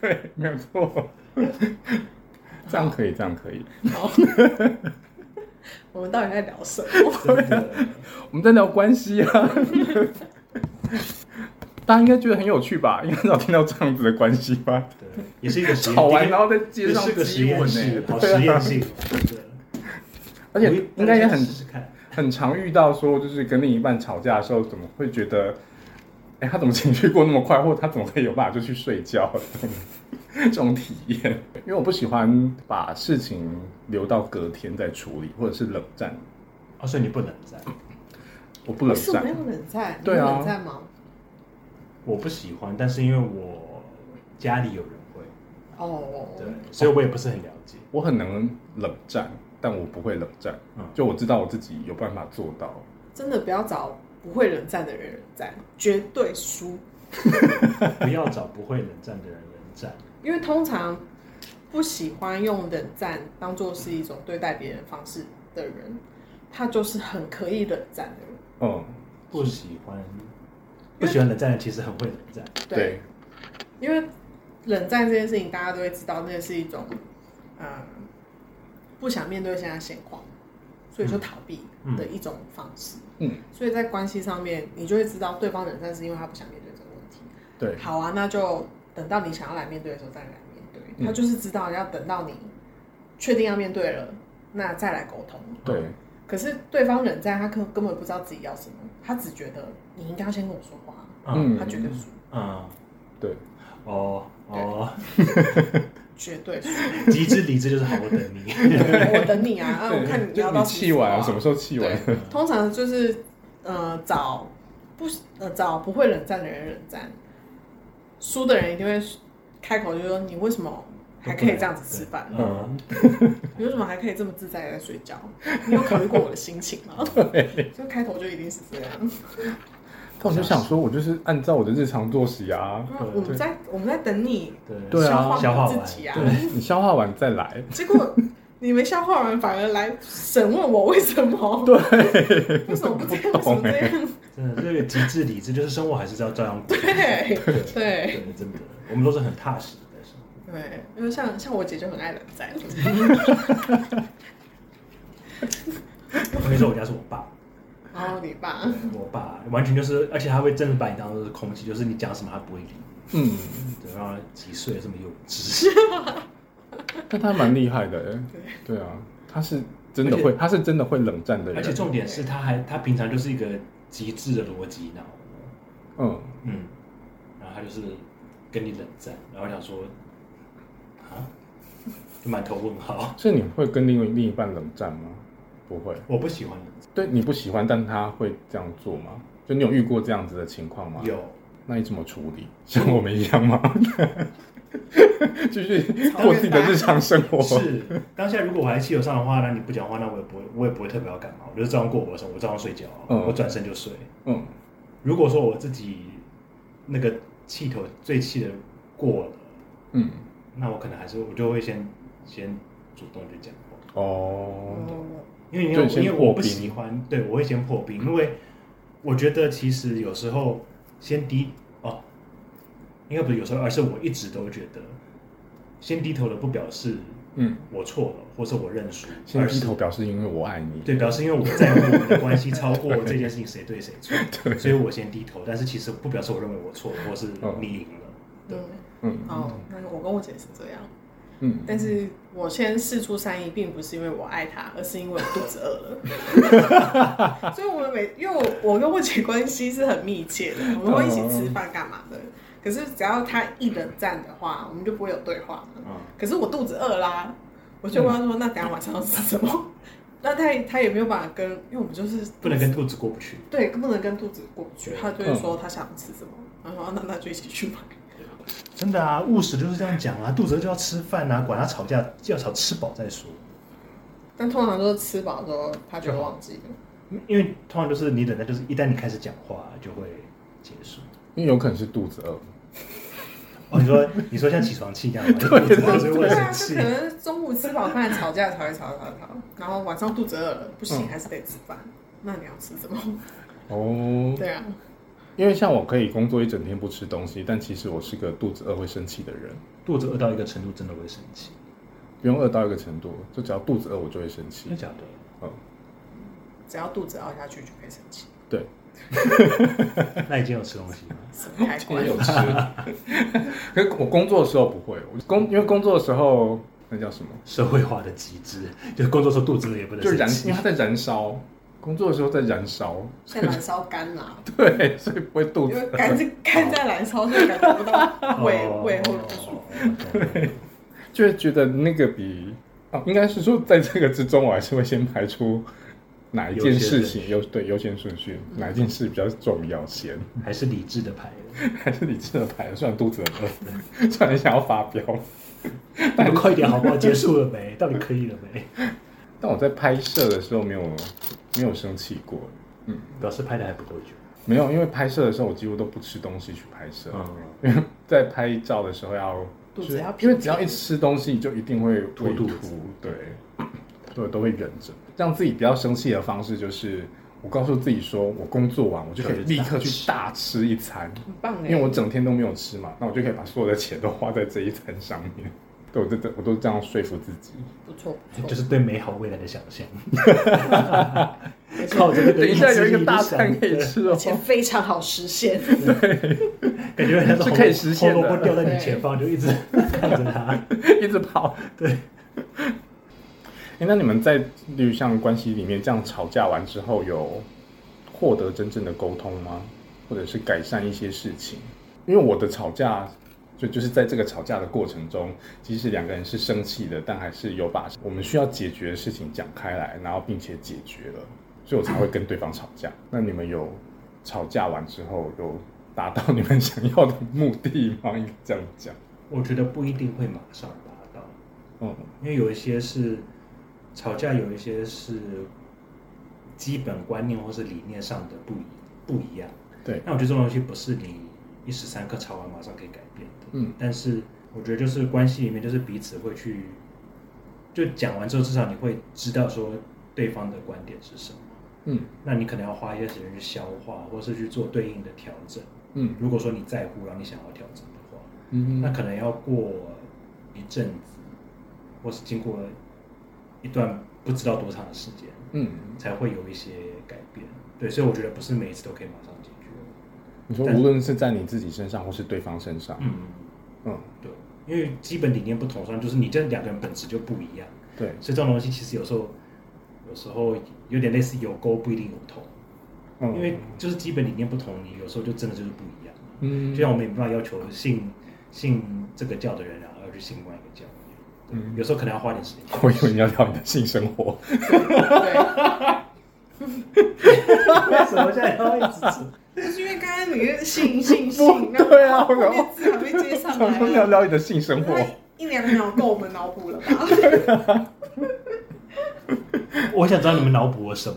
S1: 对，没有错。 这样可以，这样可以。
S2: 好，我们到底在聊什么？
S3: 真的
S1: 我们在聊关系啊， 大家应该觉得很有趣吧？应该早听到这样子的关系吧？
S3: 对，也是一个实验
S1: 吵完然
S3: 也
S1: 后在街
S3: 也
S1: 上
S3: 是个实
S1: 激
S3: 验
S1: 吻
S3: 性，
S1: 呢、
S3: 好
S1: 对
S3: 实
S1: 啊
S3: 验，性，真的
S1: 而且
S3: 我一
S1: 应该也很
S3: 试试看，
S1: 很常遇到说，就是跟另一半吵架的时候，怎么会觉得，哎，他怎么情绪过那么快，或他怎么可以有办法就去睡觉？这种体验，因为我不喜欢把事情留到隔天再处理，或者是冷战，
S3: 哦，所以你不能在，
S1: 我不冷
S2: 是我
S1: 战
S2: 没。有冷战，你
S1: 对啊
S2: 有冷战吗？
S3: 我不喜欢，但是因为我家里有人会，
S2: 哦，
S3: 对，所以我也不是很了解，
S1: 我很能冷战，但我不会冷战。
S3: 嗯
S1: 就我知道我自己有办法做到。
S2: 真的不要找不会冷战的人冷战，绝对输。
S3: 不要找不会冷战的人冷战，
S2: 因为通常不喜欢用冷战当做是一种对待别人方式的人，他就是很可以冷战的人。
S1: 嗯，
S3: 不喜欢不喜欢冷战的人其实很会冷战，
S2: 对，，因为冷战这件事情，大家都会知道，那是一种呃不想面对现在现况，所以就逃避的一种方式。
S1: 嗯，
S2: 所以在关系上面，你就会知道对方冷战是因为他不想面对这个问题。
S1: 对，
S2: 好啊，那就等到你想要来面对的时候再来面对。
S1: 嗯
S2: 他就是知道要等到你确定要面对了，那再来沟通。
S1: 对，
S2: 可是对方冷战，他根根本不知道自己要什么，他只觉得你应该要先跟我说话，
S1: 嗯
S2: 他绝对输，
S3: 嗯，
S1: 对，
S3: 哦哦，
S2: 绝对输。
S3: 极致理智就是好，我等你，
S2: 我等你啊，啊，我看你
S1: 就
S2: 要
S1: 你
S2: 到
S1: 气完啊，什
S2: 么
S1: 么
S2: 时
S1: 时候气
S2: 候啊
S1: 完？
S2: 对，通常就是呃找不呃找不会冷战的人冷战，输的人一定会开口就说你为什么 还可以这样子吃饭？
S3: 嗯，
S2: 你为什么还可以这么自在的在睡觉？ 你有考虑过我的心情 吗？ 就开头就一定是这样。
S1: 但我就想说，我就是按照我的日常作息 啊，
S2: 那我们在我们在等你
S1: 对
S2: 消
S1: 啊
S2: 化你自己啊
S3: 消化，完
S1: 你消化完再来。
S2: 结果你没消化完，反而来审问我为什么？
S1: 对，
S2: 为什么不这
S1: 不
S2: 样？为什
S1: 懂
S2: 么这样？
S3: 真的这个极致理智就是生活还是要照样过，
S1: 欸
S2: 对
S3: 对
S2: 对。
S3: 对，真的，我们都是很踏实的在生活。
S2: 对，因为像像我姐就很爱冷战，
S3: 我跟你说，我家是我爸，
S2: 然后你爸
S3: 我爸完全就是，而且他会真的把你当做是空气，就是你讲什么他不会理，
S1: 嗯，
S3: 对，然后几岁这么幼稚，
S1: 但他蛮厉害的欸，对啊，他是真的
S3: 而
S1: 会，他是真的会冷战的
S3: 而且
S1: 人。
S3: 重点是他还他平常就是一个极致的逻辑脑，
S1: 嗯，
S3: 嗯，然后他就是跟你冷战，然后想说啊，就满头问号，
S1: 所以你会跟另另一半冷战吗？不会，
S3: 我不喜欢冷战，
S1: 对你不喜欢，但他会这样做吗？就你有遇过这样子的情况吗？
S3: 有
S1: 那你怎么处理？ 像我们一样吗？ 继续过自己的日常生活。
S3: 是当下如果我还气头上的话，那你不讲话，那我也不会我也不会特别要干嘛，我就是照样过我的生活，我照样睡觉，啊
S1: 嗯
S3: 我转身就睡。
S1: 嗯，
S3: 如果说我自己那个气头最气的过了，
S1: 嗯，
S3: 那我可能还是我就会先先主动去讲话，
S1: 哦，
S2: 嗯
S3: 因为因
S1: 对
S3: 为
S1: 先
S3: 因为
S1: 破
S3: 我不
S1: 冰
S3: 喜欢，对我会先破冰，因为我觉得其实有时候先低哦，应该不是有时候，而是我一直都觉得先低头了不表示
S1: 嗯，
S3: 我错了，或是我认输，
S1: 先
S3: 而
S1: 低
S3: 是
S1: 头表示因为我爱你。
S3: 对，表示因为我在乎我们的关系超过这件事情 谁对哦谁错，所以我先低头，但是其实不表示我认为我错，或是
S1: 嗯
S3: 你赢了。对
S2: 嗯，
S1: 嗯
S2: 哦，那个我跟我姐是这样，
S1: 嗯，
S2: 但是我先试出善意，并不是因为我爱她，而是因为我肚子饿 了。所以我们每因为我我跟我姐关系是很密切的，
S3: 嗯
S2: 我们会一起吃饭干嘛的。可是只要她一冷战的话，我们就不会有对话了。
S3: 嗯，
S2: 可是我肚子饿啦，我就跟她说：“那等一下晚上要吃什么？” 那她也她也没有办法跟，因为我们就是
S3: 不能跟嗯兔子过不去。
S2: 对，不能跟肚子过不去，他就会说他想吃什么，然后啊那那就一起去买。
S3: 真的啊，务实就是这样讲啊，肚子饿就要吃饭啊，管他吵架，要吵吃饱再说。
S2: 但通常都是吃饱之后，他就会忘记了。
S3: 因为通常就是你等待，就是一旦你开始讲话，就会结束。
S1: 因为有可能是肚子饿。
S3: 哦，你说你说像起床气一样吗？对所以我
S2: 对
S3: 也
S2: 啊，就
S3: 生气
S2: 可。能中午吃饱饭吵架，吵一吵，吵一吵，然后晚上肚子饿了，不行，
S1: 嗯
S2: 还是得吃饭。那你要吃什么？
S1: 哦，
S2: 对啊，
S1: 因为像我可以工作一整天不吃东西，但其实我是个肚子饿会生气的人，
S3: 肚子饿到一个程度，真的会生气。
S1: 不用饿到一个程度，就只要肚子饿我就会生气
S3: 真的。假的？
S2: 只要肚子熬下去就可以生气，
S1: 对，
S3: 那已经有吃东西吗？
S2: 什么 开
S1: 我
S2: 关
S1: 也？有吃， 可是我工作的时候不会，我工因为工作的时候那叫什么？
S3: 社会化的极致，就是工作时候肚子饿也不能
S1: 就燃因
S3: 生，
S1: 为
S3: 气
S1: 它。在燃烧，工作的时候在燃烧，
S2: 在燃烧肝 啦，
S1: 对，所以不会肚
S2: 因
S1: 子
S2: 为
S1: 饿。
S2: 肝是肝在燃烧，所以感觉不到胃
S3: 哦
S2: 胃会不舒服。
S1: 就会觉得那个比哦，应该是说在这个之中，我还是会先排出哪一件事情优对优先顺序，
S2: 嗯
S1: 哪一件事比较重要先，
S3: 还是理智的 牌，
S1: 还是你真的排？虽然肚子很饿，虽然想要发飙，
S3: 你们快一点好不好？结束了没？到底可以了没？
S1: 但我在拍摄的时候没有没有生气过，
S3: 表示拍的还不够久。
S1: 没有，因为拍摄的时候我几乎都不吃东西去拍摄，
S3: 嗯，
S1: 因为在拍照的时候要
S4: 肚子要
S1: 因为只要一吃东西，就一定会
S3: 吐
S1: 胃
S3: 肚
S1: 吐
S3: 子，
S1: 对，对，都会忍着。让自己不要生气的方式就是，我告诉自己说，我工作完，我就可以立刻去大吃一餐，
S4: 很棒哎，
S1: 因为我整天都没有吃嘛，那我就可以把所有的钱都花在这一餐上面。对，我都我都这样说服自己。
S4: 不错不
S3: 就
S4: 错，
S3: 是对美好未来的想 象。靠着那个
S1: 等一下有一个
S3: 意志力
S1: 大
S3: 想
S1: 餐可以吃哦
S4: 而，且非常好实 现。
S3: 感觉像
S1: 是可以实现的
S3: 红萝卜掉在你前方，就一直看着它。
S1: 一直跑。
S3: 对。
S1: 哎，那你们在绿象关系里面这样吵架完之后，有获得真正的沟通吗？或者是改善一些事情？因为我的吵架，就就是在这个吵架的过程中，即使两个人是生气的，但还是有把我们需要解决的事情讲开来，然后并且解决了，所以我才会跟对方吵架。那你们有吵架完之后有达到你们想要的目的吗？应该这样讲。
S3: 我觉得不一定会马上达到，
S1: 嗯
S3: 因为有一些是吵架，有一些是基本观念或是理念上的不一不一样。
S1: 对
S3: 那我觉得这种东西不是你一时三刻吵完马上可以改变的。
S1: 嗯，
S3: 但是我觉得就是关系里面，就是彼此会去，就讲完之后，至少你会知道说对方的观点是什么。
S1: 嗯
S3: 那你可能要花一些时间去消化，或是去做对应的调整。
S1: 嗯
S3: 如果说你在乎，然后你想要调整的话，
S1: 嗯
S3: 那可能要过一阵子，或是经过一段不知道多长的时间，
S1: 嗯。
S3: 才会有一些改变。对，所以我觉得不是每一次都可以马上解决。
S1: 你说
S3: 但
S1: 无论是在你自己身上，或是对方身上，
S3: 嗯，
S1: 嗯，
S3: 对，因为基本理念不同，上就是你这两个人本质就不一样，
S1: 对，
S3: 所以这种东西其实有时候，有时候有点类似有沟不一定有通，
S1: 嗯，
S3: 因为就是基本理念不同，你有时候就真的就是不一样。
S1: 嗯，
S3: 就像我们也没办法要求信信这个教的人，然后要去信另外一个教一样，
S1: 嗯
S3: 有时候可能要花点时间。
S1: 我以为你要聊你的性生活，
S2: 对，
S3: 为什么现在要一直吃？
S2: 就是因为刚刚你是信信
S1: 不
S2: 信，然 后
S1: 对啊，我
S2: 后
S1: 想
S2: 面字还没接 上
S1: 想
S2: 来
S1: 说你要
S2: 啊，
S1: 聊你的性生活
S2: 那，一两秒够我们脑补了 吧？
S3: 我想知道你们脑补了什 么？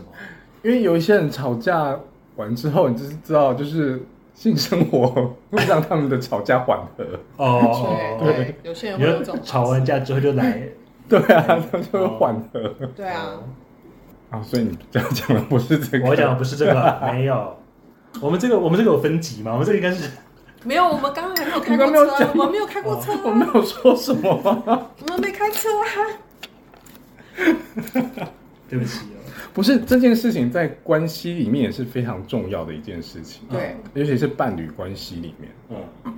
S1: 因为有一些人吵架完之后，你就是知道，就是性生活会让他们的吵架缓和，
S3: 哦，
S2: 对对，有些人
S3: 你
S2: 会有这
S3: 说
S2: 种
S3: 吵完架之后就来，
S1: 对
S3: 嗯
S1: 啊，他们就会
S3: 哦
S1: 缓和
S2: 对啊，
S1: 啊，所以你这样讲的不是这个，
S3: 我讲的不是这个，没有。我们这个我们这个有分级吗？我们这个应该是
S2: 没有，我们刚刚还没有开
S1: 你刚
S2: 过
S1: 没有
S2: 车，
S1: 讲
S2: 我们没有开过车啊，
S1: 我没有说什么 啊，
S2: 我们没开车啊。
S3: 对不起哦。
S1: 不是这件事情在关系里面也是非常重要的一件事情，
S2: 对，
S1: 尤其是伴侣关系里面。
S3: 嗯，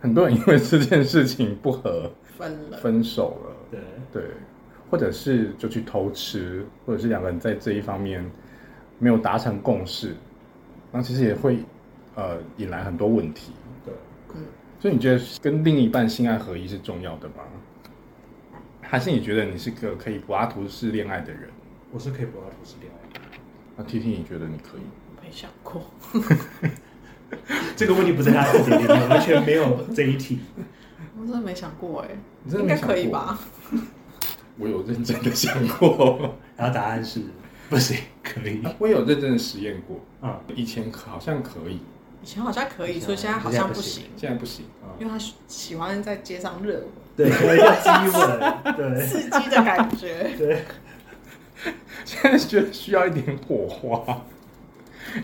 S1: 很多人因为这件事情不和
S2: 分了，
S1: 分手了，
S3: 对，
S1: 对，或者是就去偷吃，或者是两个人在这一方面没有达成共识，那其实也会呃引来很多问题。
S3: 对，
S2: 嗯
S1: 所以你觉得跟另一半性爱合一是重要的吗？还是你觉得你是个可以柏拉图式恋爱的人？
S3: 我是可以不要同时恋爱的。
S1: 那 T T 你觉得你可以吗？
S4: 没想过，
S3: 这个问题不在他自己里面，完全没有这一题。
S2: 我真的没想过哎、
S1: 你真的
S2: 应
S1: 没
S2: 该
S1: 想
S2: 可以
S1: 过
S2: 吧？
S1: 我有认真的想过，
S3: 然后答案是不行，可以。
S1: 我有认真的实验过，
S3: 嗯，
S1: 以前好像可以，
S2: 以前好像可以，
S3: 以前
S2: 所以现在好像不行，
S1: 现在不行。
S2: 因为他喜欢在街上热舞，
S3: 对，有一个激吻，对
S2: 刺激的感 觉。
S3: 对，
S1: 现在 觉得需要一点火花。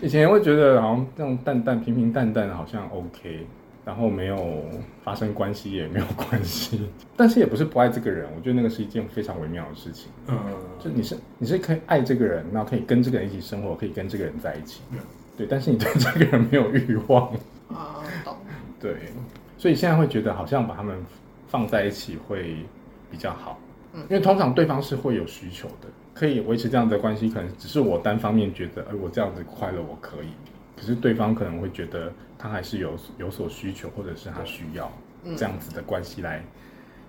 S1: 以前会觉得好像这种淡淡平平淡淡的好像 OK，然后没有发生关系也没有关系，但是也不是不爱这个人，我觉得那个是一件非常微妙的事情。就
S3: 嗯，
S1: 你是你是可以爱这个人，然后可以跟这个人一起生活，可以跟这个人在一起，
S3: 嗯
S1: 对，但是你对这个人没有欲望，
S4: 啊，懂。
S1: 对，所以现在会觉得好像把他们放在一起会比较好，
S4: 嗯
S1: 因为通常对方是会有需求的，可以维持这样的关系，可能只是我单方面觉得，哎，我这样子快乐我可以，可是对方可能会觉得他还是有有所需求，或者是他需要
S4: 嗯
S1: 这样子的关系来。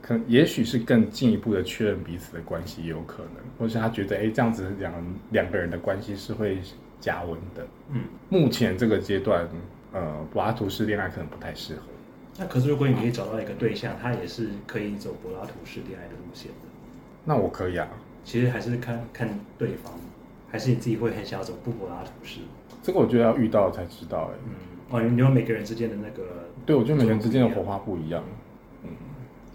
S1: 可能也许是更进一步的确认彼此的关系，也有可能，或是他觉得，哎、这样子两人两个人的关系是会加温的。
S3: 嗯，
S1: 目前这个阶段，呃，柏拉图式恋爱可能不太适合。
S3: 那可是如果你可以找到一个对象，他也是可以走柏拉图式恋爱的路线的，
S1: 那我可以啊，
S3: 其实还是看看对方，还是你自己会很想要走不柏拉图式，
S1: 这个我觉得要遇到才知道哎、
S3: 嗯，哦，你们每个人之间的那个，
S1: 对，我觉得每个人之间的火花不一样，嗯，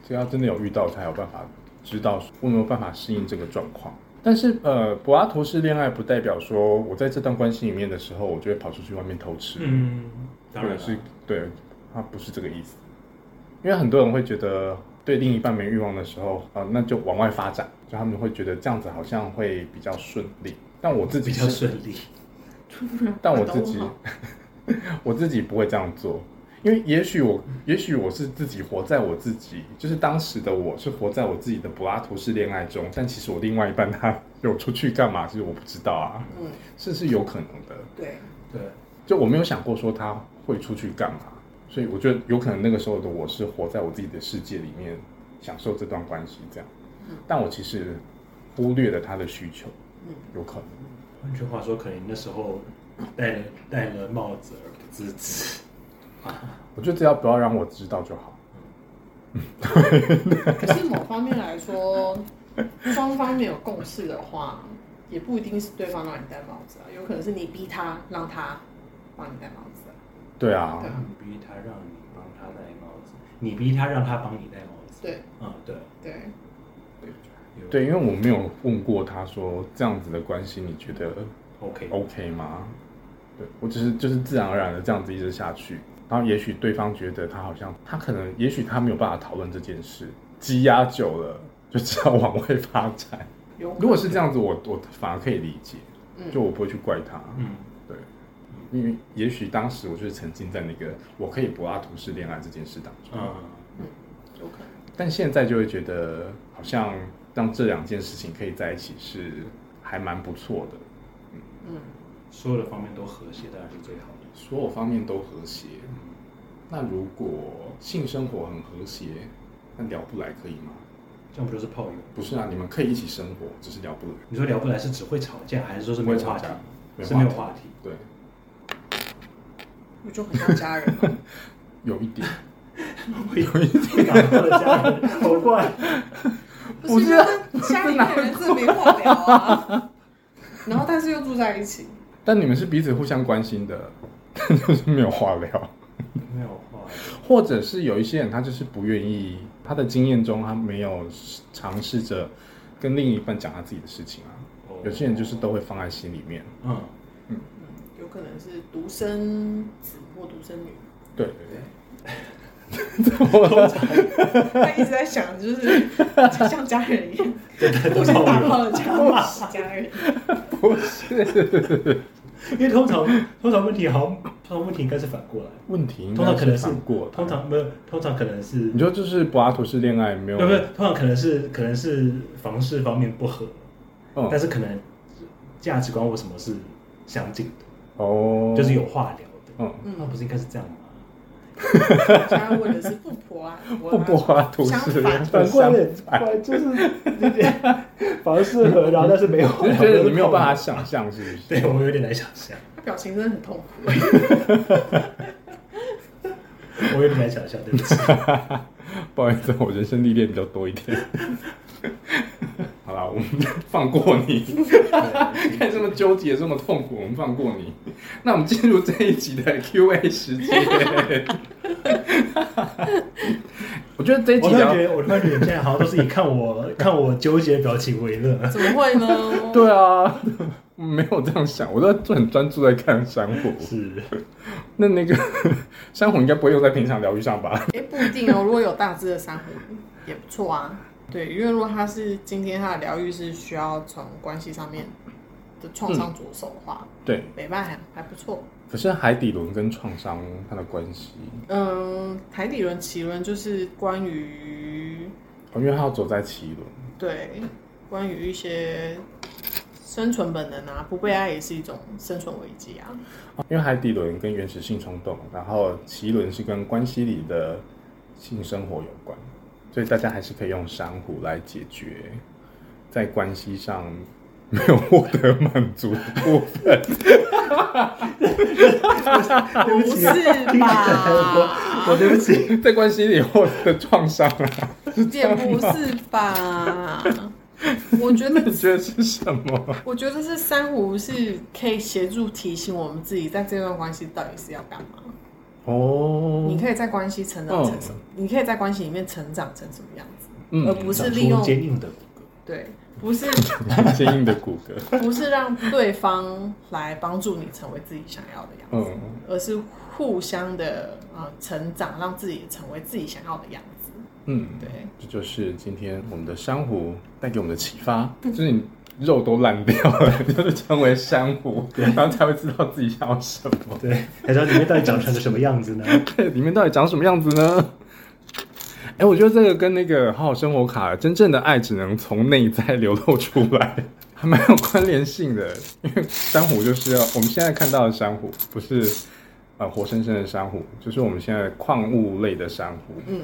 S1: 这要真的有遇到才有办法知道我有没有办法适应这个状况。但是呃，柏拉图式恋爱不代表说我在这段关系里面的时候，我就会跑出去外面偷吃，
S3: 嗯，当
S1: 或者
S3: 然
S1: 是
S3: 是，
S1: 对，它不是这个意思。因为很多人会觉得对另一半没欲望的时候，啊、那就往外发展，就他们会觉得这样子好像会比较顺利。但我自己
S3: 比较
S1: 是
S3: 顺利，
S1: 但我
S2: 打
S1: 自
S2: 问
S1: 己
S2: 号，
S1: 我自己不会这样做，因为也许我，也许我是自己活在我自己，就是当时的我是活在我自己的柏拉图式恋爱中，但其实我另外一半他有出去干嘛，其实我不知道啊，
S4: 嗯，
S1: 这是有可能的，
S4: 对，
S3: 对，
S1: 就我没有想过说他会出去干嘛，所以我觉得有可能那个时候的我是活在我自己的世界里面，享受这段关系这样，但我其实忽略了他的需求，
S4: 嗯
S1: 有可能。
S3: 换句话说，可能那时候戴了戴了帽子而不自知，
S1: 我觉得只要不要让我知道就好。
S2: 可是某方面来说，双方没有共识的话，也不一定是对方让你戴帽子啊，有可能是你逼他让他帮你戴帽子啊。
S1: 对啊，
S2: 对
S3: 你逼他让你帮他戴帽子，你逼他让他帮你戴帽子，
S2: 对
S3: 嗯，对，
S2: 对，
S3: 有
S1: 对，因为我没有问过他说这样子的关系，你觉得
S3: ，OK，
S1: OK 吗？对我只是就是自然而然的这样子一直下去，然后也许对方觉得他好像他可能也许他没有办法讨论这件事，积压久了就只好往外发展。
S2: 有可能
S1: 如果是这样子，我我反而可以理解，
S2: 嗯
S1: 就我不会去怪他。
S3: 嗯，
S1: 对，因为也许当时我就是沉浸在那个我可以柏拉图式恋爱这件事当中。
S3: 嗯，
S2: 有可能，
S1: 但现在就会觉得，好像让这两件事情可以在一起是还蛮不错的，
S4: 嗯，
S3: 所有的方面都和谐，当然是最好的。
S1: 所有方面都和谐。那如果性生活很和谐，那聊不来可以吗？
S3: 这样不就是炮友？
S1: 不是啊，你们可以一起生活，只是聊不来，
S3: 你说聊不来是只会吵架，还是说是没有话题？
S1: 没
S3: 是没有
S1: 话
S3: 话
S1: 题
S3: 题。
S1: 对，
S4: 我就很像家人 嘛。
S1: 有一点，
S3: 我 有一 点打破了家人，好怪。
S1: 不是啊
S2: 因为家里面的人是没话聊啊，然后但是又住在一起，
S1: 但你们是彼此互相关心的， 但就是没有话聊。
S3: 没有话题，
S1: 或者是有一些人他就是不愿意，他的经验中他没有尝试着跟另一半讲他自己的事情啊。
S3: 哦
S1: 有些人就是都会放在心里面。
S3: 嗯，
S2: 嗯，有可能是独生子或独生女。
S1: 对，
S2: 他一直在想，就是就像家人一样，互相打炮的家人，家人。
S1: 不是
S3: 因为通常通常问题好像，通常问题应该是反过来，
S1: 问题应
S3: 通常
S1: 该
S3: 可能是
S1: 反过来
S3: 通常没有，通常可能是
S1: 你说就是柏拉图式恋爱没有
S3: 不不，通常可能是可能是房事方面不合，
S1: 嗯
S3: 但是可能价值观或什么是相近的，
S1: 哦，
S3: 就是有话聊的。
S1: 嗯
S2: 嗯
S3: 那不是应该是这样吗？
S2: 现在问的是不婆啊，
S1: 不柏拉图式恋爱
S2: 相
S1: 相反，
S3: 来就是有点 房事合，然后但是没有
S1: 我就觉得你没有办法。想象是不是？
S3: 对我有点难想象，
S2: 他表情真的很痛苦。
S3: 我有点难想象，对不起。
S1: 不好意思，我人生历练比较多一点。好啦，我们放过 你，
S3: 对
S1: 看这么纠结，这么痛苦，我们放过你。那我们进入这一集的 Q&A 时间。 我觉得这一集
S3: 我突然
S1: 聊
S3: 觉，得，我突然觉得你现在好像都是以看我看我纠结的表情为乐。
S2: 怎么会呢？
S1: 对啊，没有这样想，我都很专注在看珊瑚。
S3: 是，
S1: 那那个 珊瑚应该不会用在平常疗愈上吧？
S2: 哎、不一定哦。如果有大只的珊瑚也不错啊。对，因为如果他是今天他的疗愈是需要从关系上面的创伤着手的话，
S1: 对，
S2: 美伴还还不错。
S1: 可是海底轮跟创伤它的关系，
S2: 嗯，海底轮、脐轮就是关于
S1: 哦因为它要走在脐轮。
S2: 对关于一些生存本能啊，不被爱也是一种生存危机啊。
S1: 哦因为海底轮跟原始性冲动，然后脐轮是跟关系里的性生活有关，所以大家还是可以用珊瑚来解决在关系上没有获得满足的部分。
S3: 对不
S2: 不
S3: 起，
S2: 啊是吧？
S3: 我对不起，
S1: 在关系里获得创伤啊，
S2: 也不是吧？我觉得
S1: 你觉得是什么？
S2: 我觉得是珊瑚是可以协助提醒我们自己，在这段关系到底是要干嘛。
S1: 哦，
S2: 你可以在关系成长
S1: 嗯
S2: 成什么？你可以在关系里面成长成什么样子？
S1: 嗯，
S2: 而不是
S3: 长出
S2: 利用
S3: 坚硬的骨骼。
S2: 对，不是
S1: 坚硬的骨骼，
S2: 不是让对方来帮助你成为自己想要的样子，
S1: 嗯，
S2: 而是互相的啊、呃成长，让自己成为自己想要的样子。
S1: 嗯，
S2: 对，
S1: 这就是今天我们的珊瑚带给我们的启发，就是你肉都烂掉了， 就是成为珊瑚，然后才会知道自己要什么。
S3: 对，还知道里面到底长成了什么样子呢？
S1: 对， 里面到底长什么样子呢？ 哎，我觉得这个跟那个《好好生活卡》真正的爱只能从内在流露出来， 还蛮有关联性的。因为珊瑚就是要我们现在看到的珊瑚，不是呃活生生的珊瑚，就是我们现在矿物类的珊瑚。
S2: 嗯，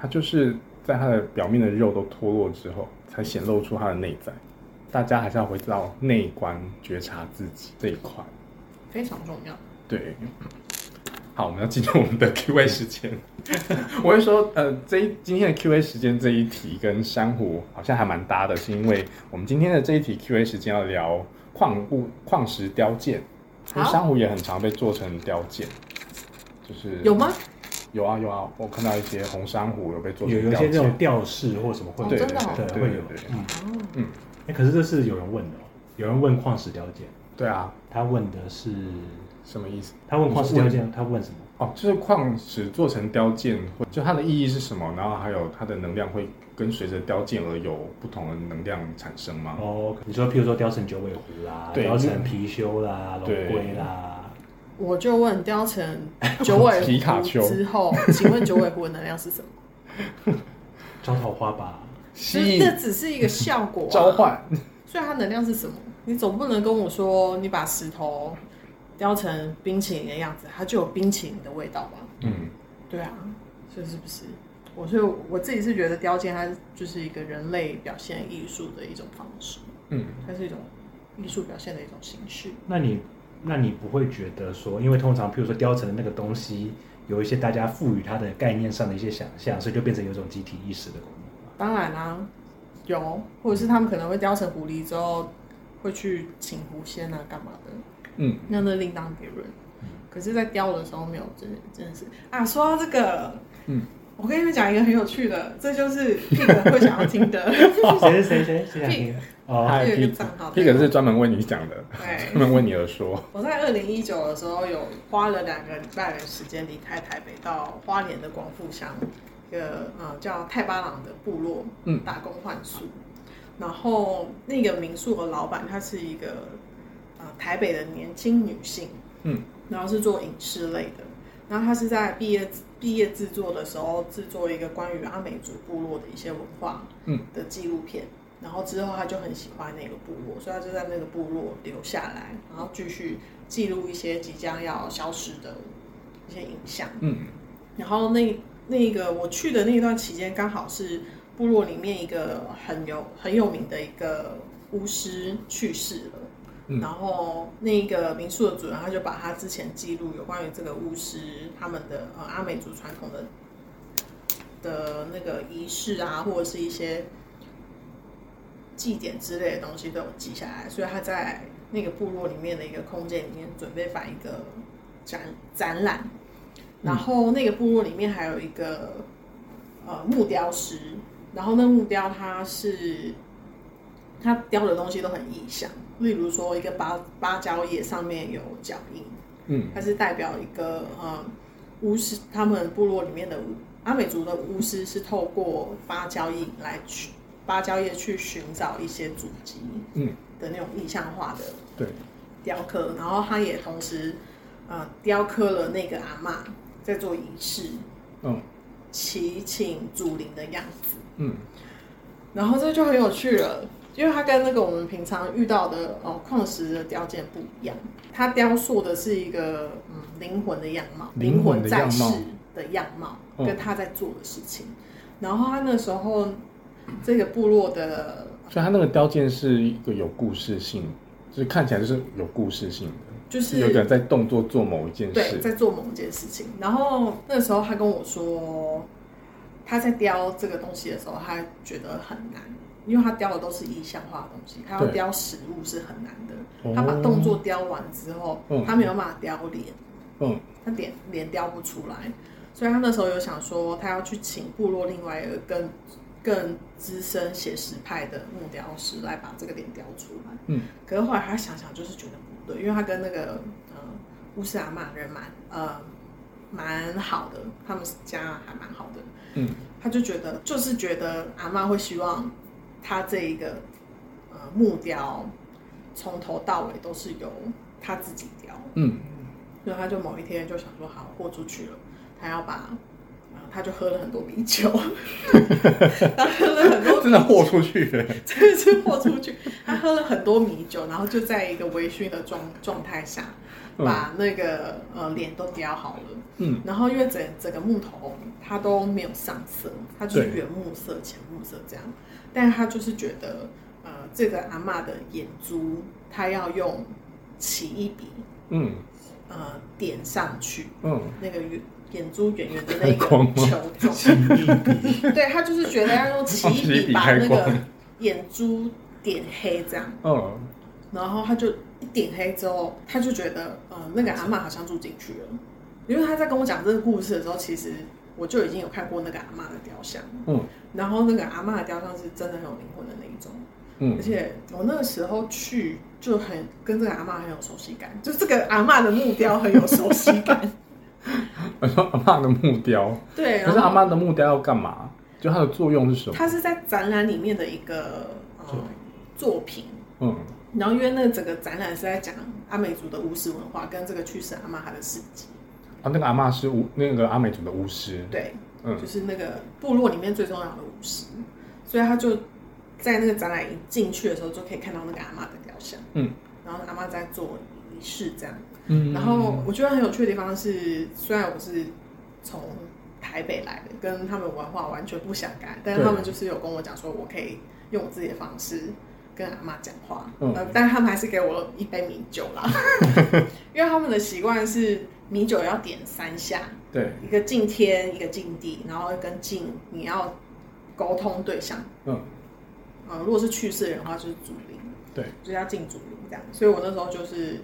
S1: 它就是在它的表面的肉都脱落之后，才显露出它的内在。大家还是要回到内观觉察自己这一块。
S2: 非常重要。
S1: 对，好，我们要进入我们的 Q&A 时间。 我会说，呃，这一今天的 Q&A 时间这一题跟珊瑚好像还蛮搭的，是因为我们今天的这一题 Q&A 时间要聊矿物矿石雕件，因为
S2: 好
S1: 珊瑚也很常被做成雕件，就是
S2: 有吗？
S1: 有啊有啊，我看到一些红珊瑚有被做
S3: 有
S1: 成
S3: 有一
S1: 雕
S3: 些
S1: 件，
S3: 这种吊饰或什么会
S2: 哦
S3: 有，
S1: 对
S2: 真的哦
S3: 对
S1: 对
S3: 会有
S1: 对。对
S3: 嗯，
S2: 哦，
S3: 哎，可是这是有人问的哦，有人问矿石雕件，
S1: 对啊，
S3: 他问的是，
S1: 什么意思？
S3: 他问矿石雕件，他问什么？
S1: 哦，就是矿石做成雕件，会就它的意义是什么？然后还有它的能量会跟随着雕件而有不同的能量产生吗？
S3: 哦，你说譬如说雕成九尾狐啦，
S1: 对
S3: 雕成貔貅啦，龙
S1: 对
S3: 龟啦，
S2: 我就问雕成九尾
S1: 皮卡
S2: 狐
S1: 丘
S2: 之后，请问九尾狐的能量是什么？
S3: 招桃花吧？
S1: 吸
S2: 这
S1: 引、
S2: 这只是一个效果、啊，
S1: 召唤，
S2: 所以它能量是什么？你总不能跟我说你把石头雕成冰淇淋的样子，它就有冰淇淋的味道吧？
S1: 嗯，
S2: 对啊，所以是不是？我所以我自己是觉得雕件它就是一个人类表现艺术的一种方式，
S1: 嗯，
S2: 它是一种艺术表现的一种形式。
S3: 那你那你不会觉得说，因为通常譬如说雕成的那个东西，有一些大家赋予它的概念上的一些想象，所以就变成有一种集体意识的功能嘛。
S2: 当然啦、有，或者是他们可能会雕成狐狸之后，会去请狐仙啊，干嘛的？
S1: 嗯，
S2: 那那另当别论。可是，在雕的时候没有，真的真的是啊。说到这个，
S1: 嗯，
S2: 我跟你们讲一个很有趣的，这就是 Pig 会想要听的，
S3: 谁 谁谁谁想听？哦，
S1: 嗨
S2: 有 一个
S1: 哎 Pig
S2: 账号。
S1: ，Pig 是专门为你讲的，
S2: 对
S1: 专门为你而说。
S2: 我在二零一九的时候有花了两个礼拜的时间离开台北到花莲的光复乡，一个呃叫泰巴朗的部落，
S1: 嗯
S2: 打工换宿。然后那个民宿的老板她是一个呃台北的年轻女性，
S1: 嗯，
S2: 然后是做影视类的。然后她是在毕业毕业制作的时候制作一个关于阿美族部落的一些文化
S1: 嗯
S2: 的纪录片。然后之后他就很喜欢那个部落，所以他就在那个部落留下来，然后继续记录一些即将要消失的一些影像。
S1: 嗯
S2: 然后那那个我去的那段期间，刚好是部落里面一个很有很有名的一个巫师去世了。
S1: 嗯
S2: 然后那个民宿的主人他就把他之前记录有关于这个巫师他们的呃阿美族传统的的那个仪式啊，或者是一些祭典之类的东西都有记下来，所以他在那个部落里面的一个空间里面准备摆一个展展览，然后那个部落里面还有一个呃木雕师，然后那木雕他是他雕的东西都很意象，例如说一个芭芭蕉叶上面有脚印，
S1: 嗯
S2: 它是代表一个呃巫师，他们部落里面的巫阿美族的巫师是透过芭蕉叶来去芭蕉叶去寻找一些足迹
S1: 嗯，
S2: 的那种意象化的
S1: 对，
S2: 雕刻，然后他也同时呃雕刻了那个阿嬷在做仪式
S1: 嗯
S2: 祈请祖灵的样子，
S1: 嗯
S2: 然后这就很有趣了。因为它跟那个我们平常遇到的哦矿石的雕件不一样，它雕塑的是一个嗯灵魂的样貌，
S1: 灵魂的
S2: 在
S1: 样
S2: 世
S1: 貌
S2: 的样貌，
S1: 嗯
S2: 跟他在做的事情。然后他那时候这个部落的
S1: 所以它那个雕件是一个有故事性，就是看起来就是有故事性的，
S2: 就
S1: 有一个
S2: 是
S1: 人在动作做某一件
S2: 对
S1: 事，
S2: 在做某一件事情。然后那时候他跟我说，他在雕这个东西的时候，他觉得很难。因为他雕的都是意象化的东西，他要
S1: 对
S2: 雕实物是很难的。
S1: 哦
S2: 他把动作雕完之后，
S1: 嗯
S2: 他没有办法雕脸，
S1: 嗯
S2: 他脸脸雕不出来，所以他那时候有想说，他要去请部落另外一个更更资深写实派的木雕师来把这个脸雕出来。
S1: 嗯，
S2: 可是后来他想想，就是觉得不对，因为他跟那个呃乌斯阿曼人蛮呃蛮好的，他们家还蛮好的，
S1: 嗯，
S2: 他就觉得就是觉得阿嬷会希望他这一个呃木雕从头到尾都是由他自己雕，
S1: 嗯
S2: 所以他就某一天就想说，好，豁出去了，他要把，呃他就喝了很多啤酒， 他喝了很多，
S1: 真的豁出去了，
S2: 真的是豁出去，他喝了很多米酒，然后就在一个微醺的状状态下，
S1: 嗯
S2: 把那个呃脸都雕好了，
S1: 嗯
S2: 然后因为整整个木头它都没有上色，它就是
S1: 对
S2: 原木色、浅木色这样，但是他就是觉得，呃，这个阿嬷的眼珠，他要用起一笔，
S1: 嗯
S2: 呃，点上去。
S1: 嗯，
S2: 那个圆眼珠圆圆的那
S1: 开光吗
S2: 个球状，
S3: 哦
S2: 对他就是觉得要用奇
S1: 奇异
S2: 异
S1: 笔
S2: 笔把
S1: 开
S2: 那
S1: 光
S2: 个眼珠点黑这样，
S1: 嗯
S2: 然后他就一点黑之后，他就觉得呃那个阿嬷好像住进去了，因为他在跟我讲这个故事的时候，其实我就已经有看过那个阿嬷的雕像，
S1: 嗯
S2: 然后那个阿嬷的雕像是真的很有灵魂的那一种，而
S1: 嗯，
S2: 且我那个时候去就很跟这个阿嬷很有熟悉感，就这个阿嬷的木雕很有熟悉感，
S1: 我说阿妈的木雕，
S2: 对，
S1: 可
S2: 然
S1: 是
S2: 后
S1: 阿妈的木雕要干嘛？就它的作用是什么？
S2: 它是在展览里面的一个呃
S3: 作品
S2: 作品，
S1: 嗯
S2: 然后因为那整个展览是在讲阿美族的巫师文化跟这个去世阿妈她的事迹，
S1: 啊，那个阿妈是巫，那个阿美族的巫师，
S2: 对，
S1: 嗯
S2: 就是那个部落里面最重要的巫师，所以他就在那个展览一进去的时候就可以看到那个阿妈的雕像，
S1: 嗯，
S2: 然后阿妈在做仪式这样，
S1: 嗯，
S2: 然后我觉得很有趣的地方是，虽然我是从台北来的，跟他们文化完全不相干，但是
S1: 对
S2: 他们就是有跟我讲说，我可以用我自己的方式跟阿妈讲话。
S1: 嗯
S2: 呃，但他们还是给我一杯米酒 啦，因为他们的习惯是米酒要点三下，
S1: 对，
S2: 一个敬天，一个敬地，然后跟敬你要沟通对象。
S1: 嗯
S2: 呃，如果是去世的人的话，就是祖灵。
S1: 对，
S2: 就是要进竹林这样。所以我那时候就是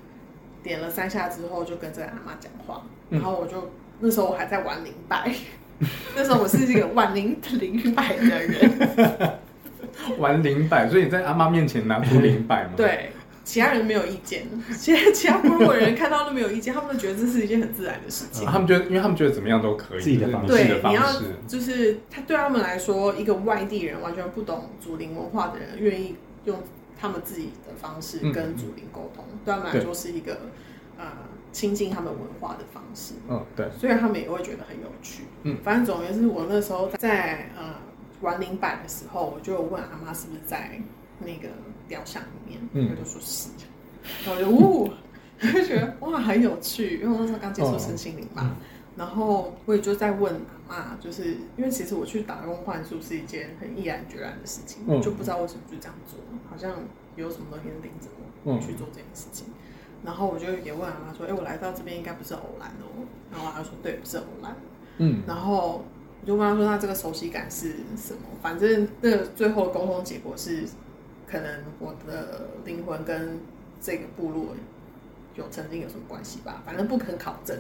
S2: 点了三下之后，就跟这个阿妈讲话，
S1: 嗯
S2: 然后我就那时候我还在玩灵摆， 那时候我是一个玩灵灵摆的人，
S1: 玩灵摆，所以你在阿妈面前拿出灵摆啊吗？，
S2: 对。其他人没有意见，其他其他部落人看到都没有意见，他们都觉得这是一件很自然的事情。
S1: 他们觉得，因为他们觉得怎么样都可以，
S3: 自己的
S1: 就是
S3: 方
S1: 你
S3: 式
S1: 自己
S2: 对
S1: 的，
S2: 你
S1: 方
S2: 要
S1: 式，
S2: 就是他对他们来说，一个外地人完全不懂祖灵文化的人，愿意用他们自己的方式
S1: 嗯
S2: 跟祖灵沟通，对他们来说是一个呃亲近他们文化的方式。
S1: 嗯，对，
S2: 所以他们也会觉得很有趣。
S1: 嗯
S2: 反正总而言之，我那时候在呃玩灵摆的时候，我就有问阿妈是不是在那个雕像里面，
S1: 嗯
S2: 她就说是，然后我就呜，就觉得哇很有趣，因为我那时候刚接触身心灵嘛。
S1: 嗯
S2: 然后我也就在问阿妈，就是因为其实我去打工换宿是一件很毅然决然的事情，
S1: 嗯
S2: 就不知道为什么就这样做，好像有什么东西领着我
S1: 嗯
S2: 去做这件事情。然后我就也问阿妈说：“哎、我来到这边应该不是偶然的哦。”然后阿妈说：“对，不是偶然。
S1: 嗯”
S2: 然后我就问她说：“那这个熟悉感是什么？”反正那个最后的沟通结果是，可能我的灵魂跟这个部落有曾经有什么关系吧，反正不可考证。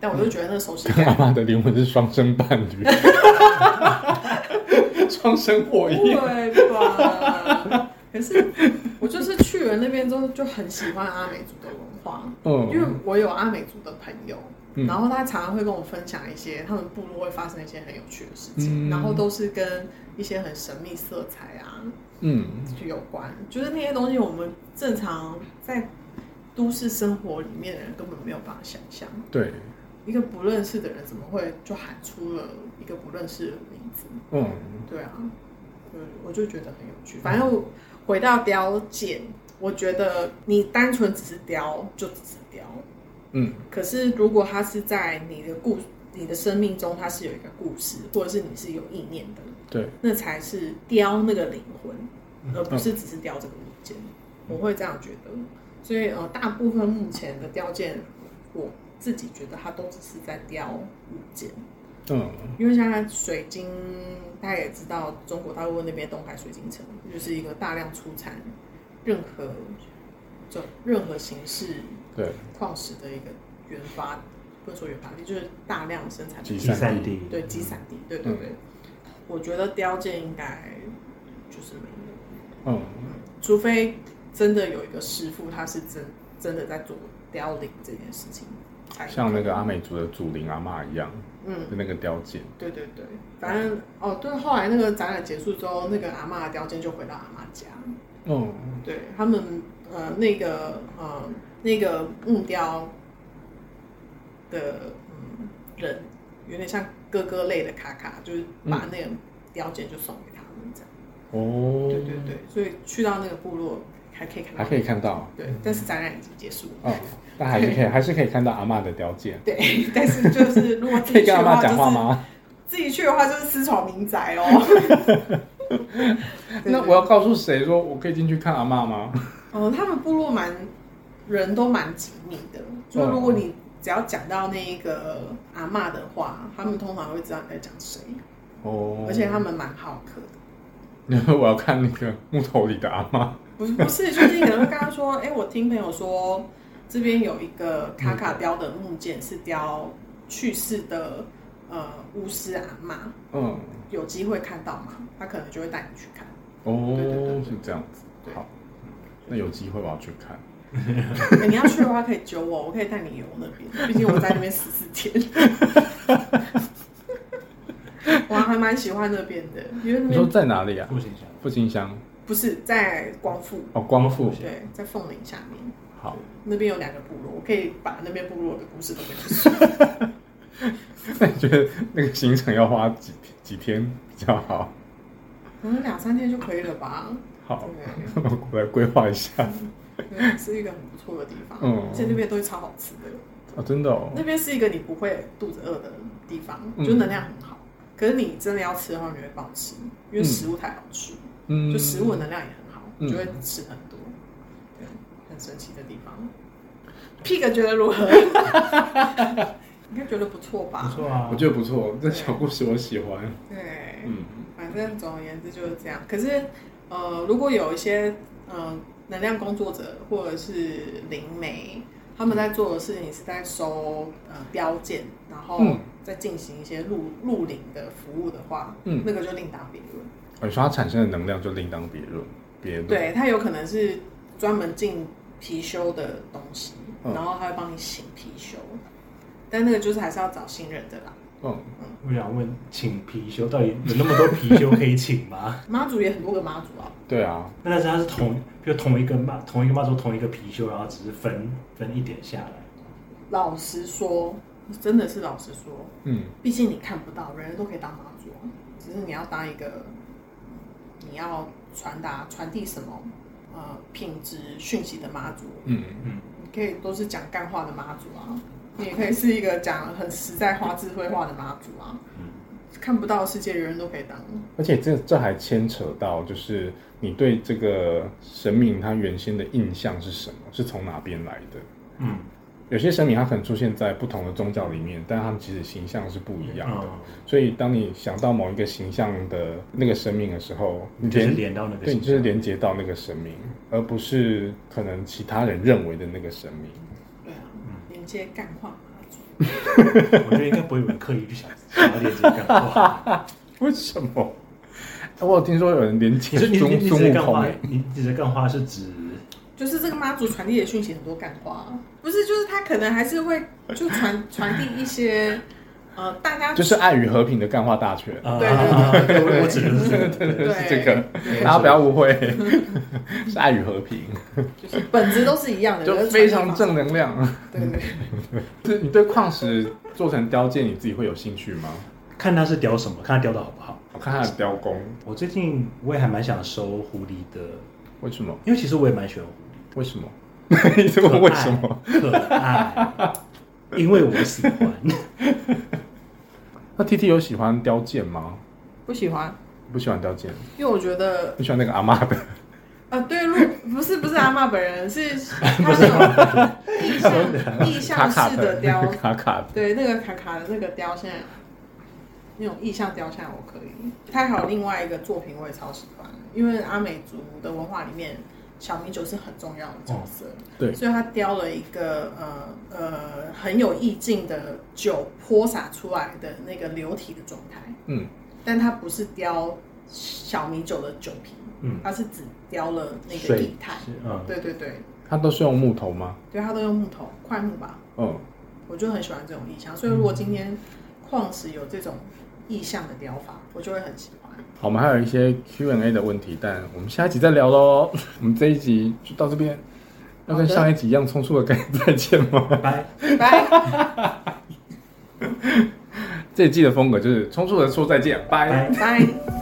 S2: 但我就觉得那熟悉
S1: 跟 阿
S2: 感，
S1: 妈的灵魂是双生伴侣， 双生火
S2: 不
S1: 焰。
S2: 会吧？可是我就是去了那边之后就很喜欢阿美族的文化，因为
S1: 嗯，
S2: 我有阿美族的朋友，
S1: 嗯
S2: 然后他常常会跟我分享一些他们部落会发生一些很有趣的事情，
S1: 嗯
S2: 然后都是跟一些很神秘色彩啊
S1: 嗯，
S2: 去有关，就是那些东西我们正常在都市生活里面的人根本没有办法想象，
S1: 对，
S2: 一个不认识的人怎么会就喊出了一个不认识的名字？
S1: 嗯，
S2: 对啊，对，我就觉得很有趣。反正我回到雕件，我觉得你单纯只是雕，就只是雕。
S1: 嗯，
S2: 可是如果它是在你的故、你的生命中，它是有一个故事，或者是你是有意念的，
S1: 对，
S2: 那才是雕那个灵魂，
S3: 嗯
S2: 而不是只是雕这个物件。
S1: 嗯
S2: 我会这样觉得，所以呃，大部分目前的雕件，我自己觉得它都只是在雕物件。
S1: 嗯，
S2: 因为现在水晶，大家也知道，中国大陆那边东海水晶城就是一个大量出产任何就任何形式
S1: 对，
S2: 矿石的一个原发，不能说原发地，就是大量生产
S1: 集
S3: 第三
S1: 散地嗯
S3: 地，
S2: 对集散地，对对对。我觉得雕件应该就是没有，
S1: 嗯，
S2: 除非真的有一个师傅，他是真真的在做雕翎这件事情，才
S1: 像那个阿美族的祖灵阿嬷一样，
S2: 嗯。
S1: 就那个雕件。
S2: 对对对，反正哦，对，后来那个展览结束之后，那个阿嬷的雕件就回到阿嬷家。哦
S1: 嗯，
S2: 对他们呃，那个呃，那个木雕的嗯人，有点像哥哥类的卡卡，就是把那个雕件就送给他们这样。
S1: 哦，
S2: 嗯对对，对，所以去到那个部落还可以看到，
S1: 还可以看到，
S2: 对，但是展览已经结束了。
S1: 哦，但还是 可以，还是可以看到阿嬷的雕件。
S2: 对， 但是就是如果自
S1: 可以
S2: 己去
S1: 跟
S2: 的
S1: 阿
S2: 话，
S1: 嬷
S2: 就是
S1: 讲话吗？
S2: 自己去的话就是私闯民宅 哦。对
S1: 那我要告诉谁说我可以进去看阿嬷吗？
S2: 嗯，他们部落蛮人都蛮紧密的，就是如果你只要讲到那一个阿嬷的话，他们通常会知道你在讲谁，
S1: 哦，
S2: 而且他们蛮好客的。
S1: 你说 我要看那个木头里的阿嬷。
S2: 不是不是，就是你可能会跟他说，哎、我听朋友说这边有一个卡卡雕的木剑是雕去世的呃巫师阿嬷，
S1: 嗯，
S2: 有机会看到吗？他可能就会带你去看。
S1: 哦，
S2: 对对对对
S1: 是这样子。
S2: 对
S1: 好，那有机会我要去看。
S2: 欸你要去的话可以揪我，我可以带你游那边，毕竟我在那边十四天。我还蛮喜欢那边的，因为那
S1: 你说
S2: 边
S1: 在哪里啊？
S3: 复兴乡
S1: 复兴乡
S2: 不是在光复，
S1: 哦，光复。
S2: 对，在凤林下面
S1: 好，
S2: 那边有两个部落，我可以把那边部落的故事都给你说。
S1: 那你觉得那个行程要花几几天比较好？
S2: 可能两三天就可以了吧？
S1: 好， 我来规划一 下。
S2: 对，是一个很不错的地方，
S1: 嗯
S2: 而且那边东西超好吃的。
S1: 哦，真的哦。
S2: 那边是一个你不会肚子饿的地方，
S1: 嗯
S2: 就能量很好。可是你真的要吃的话，你会暴吃，因为
S1: 嗯
S2: 食物太好吃。
S1: 嗯，
S2: 就食物的能量也很好，
S1: 嗯
S2: 就会吃很多，对，很神奇的地方。Pig 觉得如 何？应该觉得不错吧？
S3: 不错啊，
S1: 我觉得不错，这小故事我喜欢。
S2: 对，
S1: 嗯
S2: 反正总而言之就是这样。可是，呃，如果有一些呃能量工作者或者是灵媒，他们在做的事情是在收呃标件，然后
S1: 嗯
S2: 再进行一些入入灵的服务的话，
S1: 嗯
S2: 那个就另当别论。
S1: 我说它产生的能量就另当别论，别论。
S2: 对，它有可能是专门进貔貅的东西，
S1: 嗯
S2: 然后它会帮你醒貔貅，但那个就是还是要找信任的啦。
S1: 嗯，
S3: 我想问，请貔貅到底有那么多貔貅可以请吗？
S2: 妈祖也很多个妈祖啊，
S1: 对啊，
S3: 那但是它是同，比如同一个妈，同一个妈祖，同一个貔貅，然后只是分分一点下来。
S2: 老实说，真的是老实说，
S1: 嗯，
S2: 毕竟你看不到，人人都可以当妈祖啊，只是你要当一个，你要传达传递什么呃品质讯息的妈祖，
S1: 嗯，
S3: 嗯，
S2: 你可以都是讲干话的妈祖啊，你也可以是一个讲很实在话、智慧话的妈祖啊。
S3: 嗯
S2: 看不到的世界，人人都可以当。
S1: 而且这这还牵扯到，就是你对这个神明他原先的印象是什么，是从哪边来的？
S3: 嗯，
S1: 因有些神明他可能出现在不同的宗教里面，但他们其实形象是不一样的。
S3: 嗯
S1: 所以当你想到某一个形象的那个神明的时候，你
S3: 你就是
S1: 连
S3: 连到那个
S1: 对，
S3: 形
S1: 你
S3: 象，
S1: 就是连 接到那个神明，而不是可能其他人认为的那个神明。
S2: 对啊，
S1: 嗯
S2: 连接干化妈祖，
S3: 我觉得应该不会有人刻意去想想要连接干话，
S1: 为什么？啊我有听说有人连接
S3: 就是你
S1: 孙
S3: 你你指
S1: 孙
S3: 的
S1: 悟
S3: 干
S1: 空、
S3: 话
S1: 欸，，
S3: 你指的干话是指
S2: 就是这个妈祖传递的讯息很多干话，啊不是，就是他可能还是会就传 传递一些呃大家
S1: 就是爱与和平的干话大全。
S3: 啊
S2: 对对
S3: 对，我我指的是这个，
S1: 就
S3: 对
S1: 是这个，
S2: 对
S1: 大家不要误会，是爱与和平，
S2: 就是本质都是一样的，
S1: 就
S2: 可是
S1: 非
S2: 传
S1: 常
S2: 递方式，
S1: 正能量。
S2: 对对对，
S1: 是你对矿石做成雕件，你自己会有兴趣吗？
S3: 看他是雕什么，看他雕的好不好。
S1: 我看它的雕工，
S3: 我最近我也还蛮想收狐狸的，
S1: 为什么？
S3: 因为其实我也蛮喜欢狐狸。
S1: 为什么？ 你这 么为什么？
S3: 可爱？因为我喜欢。
S1: 那 T T 有喜欢雕件吗？
S2: 不喜欢，
S1: 不喜欢雕件，
S2: 因为我觉得
S1: 你喜欢那个阿妈的，
S2: 啊，对，如不是不是阿嬷本人， 是他那种意象意
S1: 卡
S2: 象
S1: 卡
S2: 式的雕，
S1: 卡卡的。
S2: 对，那个卡卡的那个雕像，那种意象雕像我可以。他还有另外一个作品我也超喜欢，因为阿美族的文化里面，小米酒是很重要的角色，
S1: 哦对
S2: 所以他雕了一个呃呃很有意境的酒泼洒出来的那个流体的状态，
S1: 嗯，
S2: 但它不是雕小米酒的酒瓶，
S3: 嗯
S2: 它是只雕了那个
S1: 水
S2: 液态，
S3: 是 嗯，
S2: 对对对，
S1: 它都是用木头吗？
S2: 对，它都用木头块木吧，
S1: 嗯，
S2: 我就很喜欢这种意象，所以如果今天矿石有这种意象的雕法，我就会很喜欢。
S1: 好，我们还有一些 Q&A 的问题，但我们下一集再聊 喽。我们这一集就到这边，要跟
S2: 好的
S1: 上一集一样匆促的跟你再见吗？
S3: 拜拜。
S2: 拜。
S1: 这一季的风格就是匆促的说再见，拜。
S3: 拜
S2: 拜。